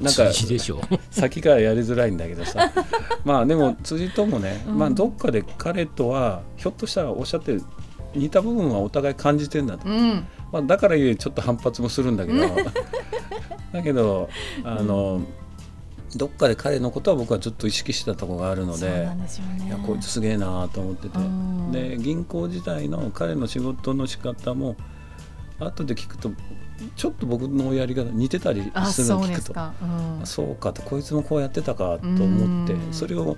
S5: なんか
S3: 辻でしょう
S5: 先からやりづらいんだけど
S4: [laughs]
S5: さまあでも辻ともね、
S4: うん
S5: まあ、どっかで彼とはひょっとしたらおっしゃってる似た部分はお互い感じてんだと、
S4: うん
S5: まあ、だからゆえちょっと反発もするんだけど [laughs] だけどあの、どっかで彼のことは僕はちょっと意識してたところがあるの
S4: そ
S5: で
S4: うなんですよね
S5: いやこいつすげえなと思ってて。
S4: うん
S5: で銀行時代の彼の仕事の仕方も後で聞くとちょっと僕のやり方似てたり
S4: あ
S5: するの
S4: そう
S5: 聞
S4: で
S5: く
S4: す
S5: と
S4: か、うん
S5: あそうかとこいつもこうやってたかと思って
S4: うん
S5: それを、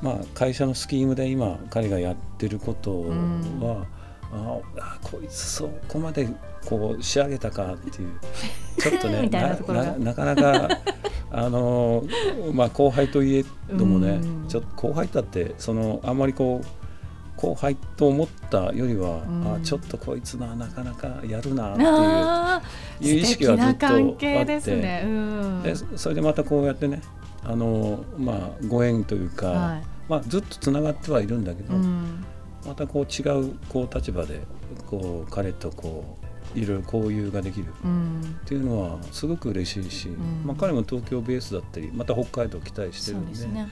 S5: まあ、会社のスキームで今彼がやってることは、ああこいつそこまでこう仕上げたかっていう
S4: [laughs]
S5: ちょっとね
S4: みたいなところが
S5: なな
S4: [laughs]
S5: かなかあの、まあ、後輩といえどもね
S4: うん
S5: ちょっと後輩だってそのあんまりこう後輩と思ったよりは、
S4: うん
S5: あちょっとこいつななかなかやるなっていう。
S4: あー
S5: いう意識はずっとあっ
S4: 素敵な
S5: て
S4: 関係ですね、うん、
S5: でそれでまたこうやってねあの、まあ、ご縁というか、
S4: はい
S5: まあ、ずっとつながってはいるんだけど、
S4: うん
S5: またこう違うこう立場でこう彼とこういろいろ交流ができるっ
S4: うん
S5: ていうのはすごく嬉しいし、
S4: ん
S5: まあ、彼も東京ベースだったりまた北海道来たりし
S4: そ
S5: てる
S4: うんで
S5: です
S4: ね、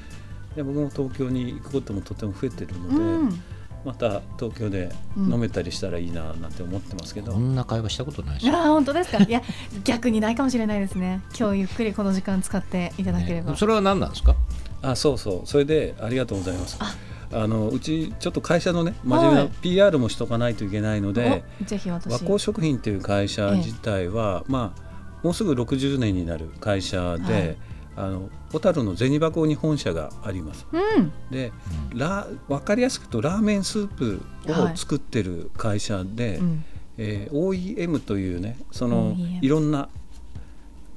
S5: で僕も東京に行くこともとても増えてるので、
S4: うん、
S5: また東京で飲めたりしたらいいななんて思ってますけど、
S3: こんな会話したことないで
S4: い
S3: すよ
S4: やー本当ですかいや逆にないかもしれないですね今日ゆっくりこの時間使っていただければ、
S3: ねそれは何なんですか
S5: あそうそうそれでありがとうございます
S4: あ
S5: あのうちちょっと会社のね真面目
S4: は
S5: ない PR もしとかないといけないので、
S4: おぜひ私
S5: 和光食品っていう会社自体は、まあ、もうすぐ60年になる会社で、
S4: はい
S5: あの小樽の銭箱に本社があります
S4: うん
S5: でラ分かりやすく言うとラーメンスープ
S4: はい
S5: を作ってる会社で、
S4: うん
S5: えー OEM というねその
S4: OEM
S5: いろんな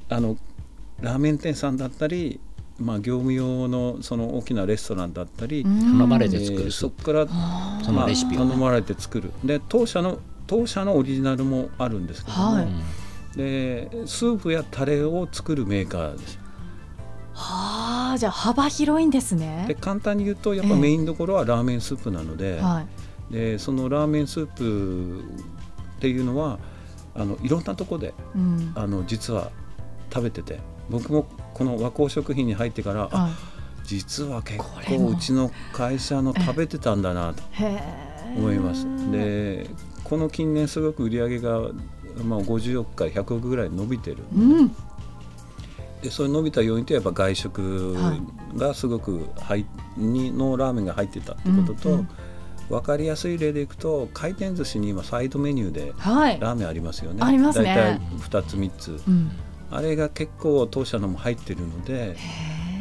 S5: あのラーメン店さんだったり、まあ、業務用のその大きなレストランだったり、
S3: 頼まれ
S5: え
S3: て
S5: ー
S3: 作るス
S5: そ
S3: ー
S5: こ
S3: プ
S5: から
S4: あ
S3: そのレシピを
S5: まあ頼まれて作るで当社の当社のオリジナルもあるんですけども、
S4: はい
S3: うん
S5: でスープやタレを作るメーカーです
S4: ーはあじゃあ幅広いんです
S5: で
S4: ね
S5: 簡単に言うとやっぱ
S4: ええ
S5: メインどころはラーメンスープなので,、
S4: はい
S5: でそのラーメンスープっていうのはあのいろんなとこで
S4: うん
S5: あの実は食べてて僕もこの和光食品に入ってから、あ
S4: は
S5: 実は結
S4: これ
S5: 構
S4: も
S5: うちの会社の食べてたんだなと
S4: いへえ
S5: 思います。でこの近年すごく売り上げが、まあ、50億から100億ぐらい伸びてる
S4: うん
S5: でそれ伸びた要因といえば外食がすごく入にのラーメンが入ってたってことと、
S4: う
S5: わ
S4: んうん
S5: 分かりやすい例でいくと回転寿司に今サイドメニューで
S4: はい
S5: ラーメンありますよね。
S4: ありますね
S5: 大体2つ3つ
S4: うん
S5: あれが結構当社のも入ってるの
S4: へ
S5: で、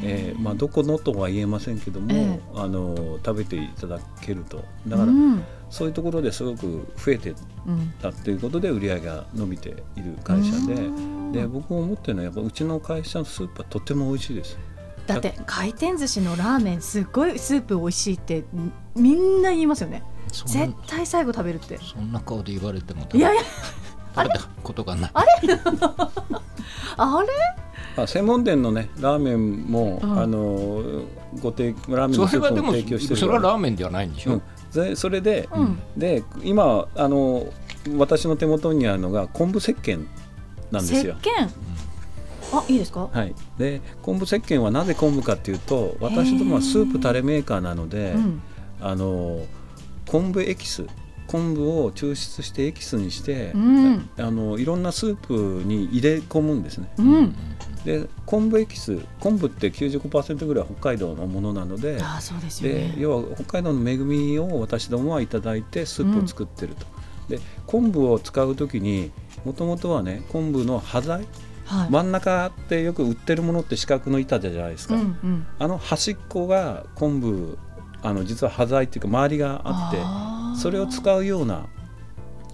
S5: えーまあ、どこのとは言えませんけども、
S4: ええ
S5: あの食べていただけると
S4: え
S5: だから、
S4: うん
S5: そういうところですごく増えて
S4: うん
S5: たっていうことで売り上げが伸びている会社で,、
S4: うん
S5: で僕思ってるのはやっぱうちの会社のスープはとても美味しいです
S4: だって回転寿司のラーメンすっごいスープ美味しいってみみんな言いますよね
S3: そん
S4: 絶
S3: な
S4: 対最後食べるって
S3: そんな顔で言われても食
S4: い
S3: べ
S4: やいや
S3: 食べたことがない
S4: あれ
S5: あ専門店のねラーメンも、
S4: うん
S5: あのご提ラーメン
S3: そ
S5: のス
S3: れ
S5: ー
S3: は
S5: プ
S3: で
S5: も
S3: も
S5: 提供してる
S3: それは
S5: から
S3: ラーメンではないんでし
S5: う
S3: ょ
S5: んでそれで、
S4: うん
S5: で今あの私の手元にあるのが昆布石鹸なんです
S4: 石
S5: よ
S4: 鹸。あいいですか
S5: はい、で昆布石鹸はなぜ昆布かっていうと私どもはスープタレメーカーなので、
S4: うん
S5: あの昆布エキス昆布を抽出してエキスにして、
S4: うん
S5: あのいろんなスープに入れ込むんですね
S4: うん
S5: で昆布エキス昆布って95%ぐらい北海道のものなので
S4: あーそうですよ
S5: で
S4: ね
S5: 要は北海道の恵みを私どもはいただいてスープを作ってると、で昆布を使う時にもともとはね昆布の端材
S4: はい
S5: 真ん中ってよく売ってるものって四角の板じゃないです
S4: う
S5: か、
S4: んうん
S5: あの端っこが昆布あの実は端材っていうか周りがあっ
S4: あー
S5: てそれを使うような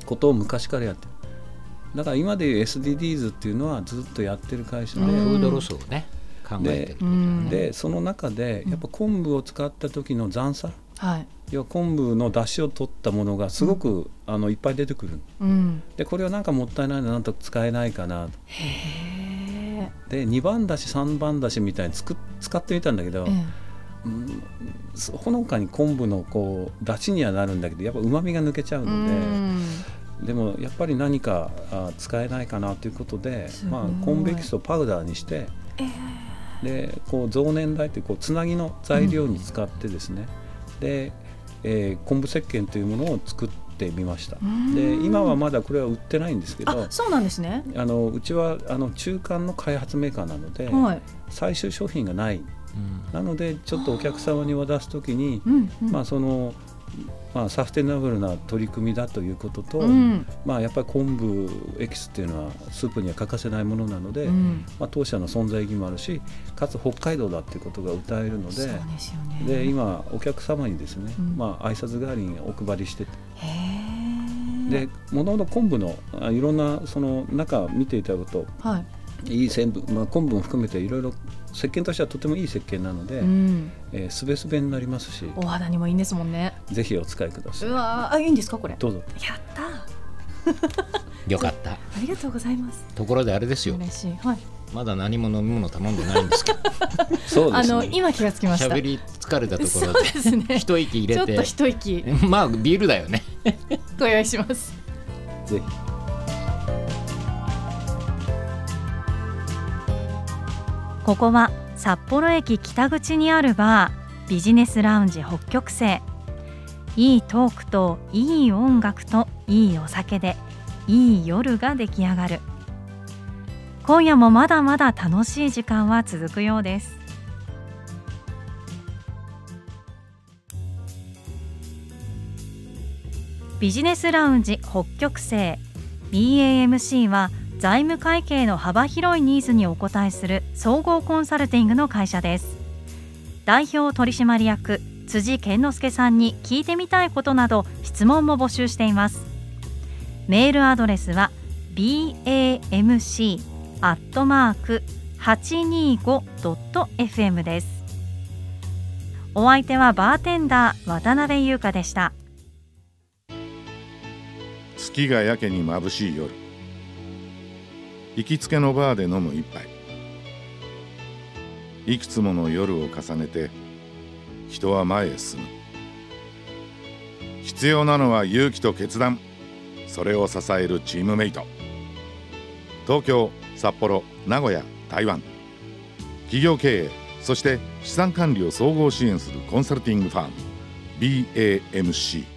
S5: ことを昔からやってるだから今でいう SDGs っていうのはずっとやってる会社
S3: フ
S5: で、
S4: うん
S3: ードロスをね考えてる
S4: うん
S5: でその中でやっぱ昆布を使った時の残差
S4: はい
S5: 要は昆布の出汁を取ったものがすごく、あのいっぱい出てくる
S4: うん
S5: でこれはなんかもったいないななんとか使えないかな
S4: へー
S5: で2番だし3番だしみたいにつく使ってみたんだけど、
S4: ええ
S5: うんそほのかに昆布のこう出汁にはなるんだけどやっぱうまみが抜けちゃう
S4: う
S5: ので。
S4: ん、
S5: でもやっぱり何かあ使えないかなということです
S4: ごい
S5: まあ、コンベキスをパウダーにして、でこう増粘剤ってこうつなぎの材料に使ってですね、で、えー昆布石鹸というものを作ってみました
S4: う。ん
S5: で今はまだこれは売ってないんですけど
S4: あ
S5: あ
S4: そうなんですね
S5: のうちはあの中間の開発メーカーなので、
S4: はい
S5: 最終商品がない
S3: うん
S5: なのでちょっとお客様に渡す時に、
S4: うんうん
S5: まあそのまあ、サステナブルな取り組みだということと、
S4: うん
S5: まあ、やっぱり昆布エキスっていうのはスープには欠かせないものなので、
S4: うん
S5: まあ、当社の存在意義もあるしかつ北海道だっていうことが歌えるの
S4: そう
S5: で
S4: ですよね
S5: で今お客様にですね、
S4: うん
S5: まあ挨拶代わりにお配りしてて
S4: へえ
S5: でもともと昆布のあいろんなその中見ていただくと
S4: はい
S5: いい成分、まあ、昆布も含めていろいろ石鹸としてはとてもいい石鹸なので、
S4: うん
S5: えーすべすべになりますし
S4: お肌にもいいんですもんね
S5: ぜひお使いくださ
S4: う
S5: い。
S4: わーあいいんですかこれや
S5: どうぞ
S4: ったー
S3: よかった
S4: ありがとうございます
S3: ところであれですよ
S4: 嬉しいはい
S3: まだ何も飲み物頼んでないんです
S4: [laughs]
S3: けど
S5: そう
S4: あ
S5: です
S4: の
S5: ね
S4: 今気がつきました
S3: 喋り疲れたとこ
S4: そ
S3: ろ
S4: [laughs] う
S3: で
S4: ですね
S3: 一息入
S4: ちょ
S3: れ
S4: っと
S3: て
S4: 一息
S3: まあビールだよね
S4: ご用意します
S5: ぜひ
S2: ここは札幌駅北口にあるバービジネスラウンジ北極星いいトークといい音楽といいお酒でいい夜が出来上がる今夜もまだまだ楽しい時間は続くようですビジネスラウンジ北極星 BAMC は財務会計の幅広いニーズにお応えする総合コンサルティングの会社です代表取締役辻健之介さんに聞いてみたいことなど質問も募集していますメールアドレスは bamc アットマーク 825.fm ですお相手はバーテンダー渡辺優香でした
S6: 月がやけに眩しい夜行きつけのバーで飲む一杯いくつもの夜を重ねて人は前へ進む必要なのは勇気と決断それを支えるチームメイト東京札幌名古屋台湾企業経営そして資産管理を総合支援するコンサルティングファーム BAMC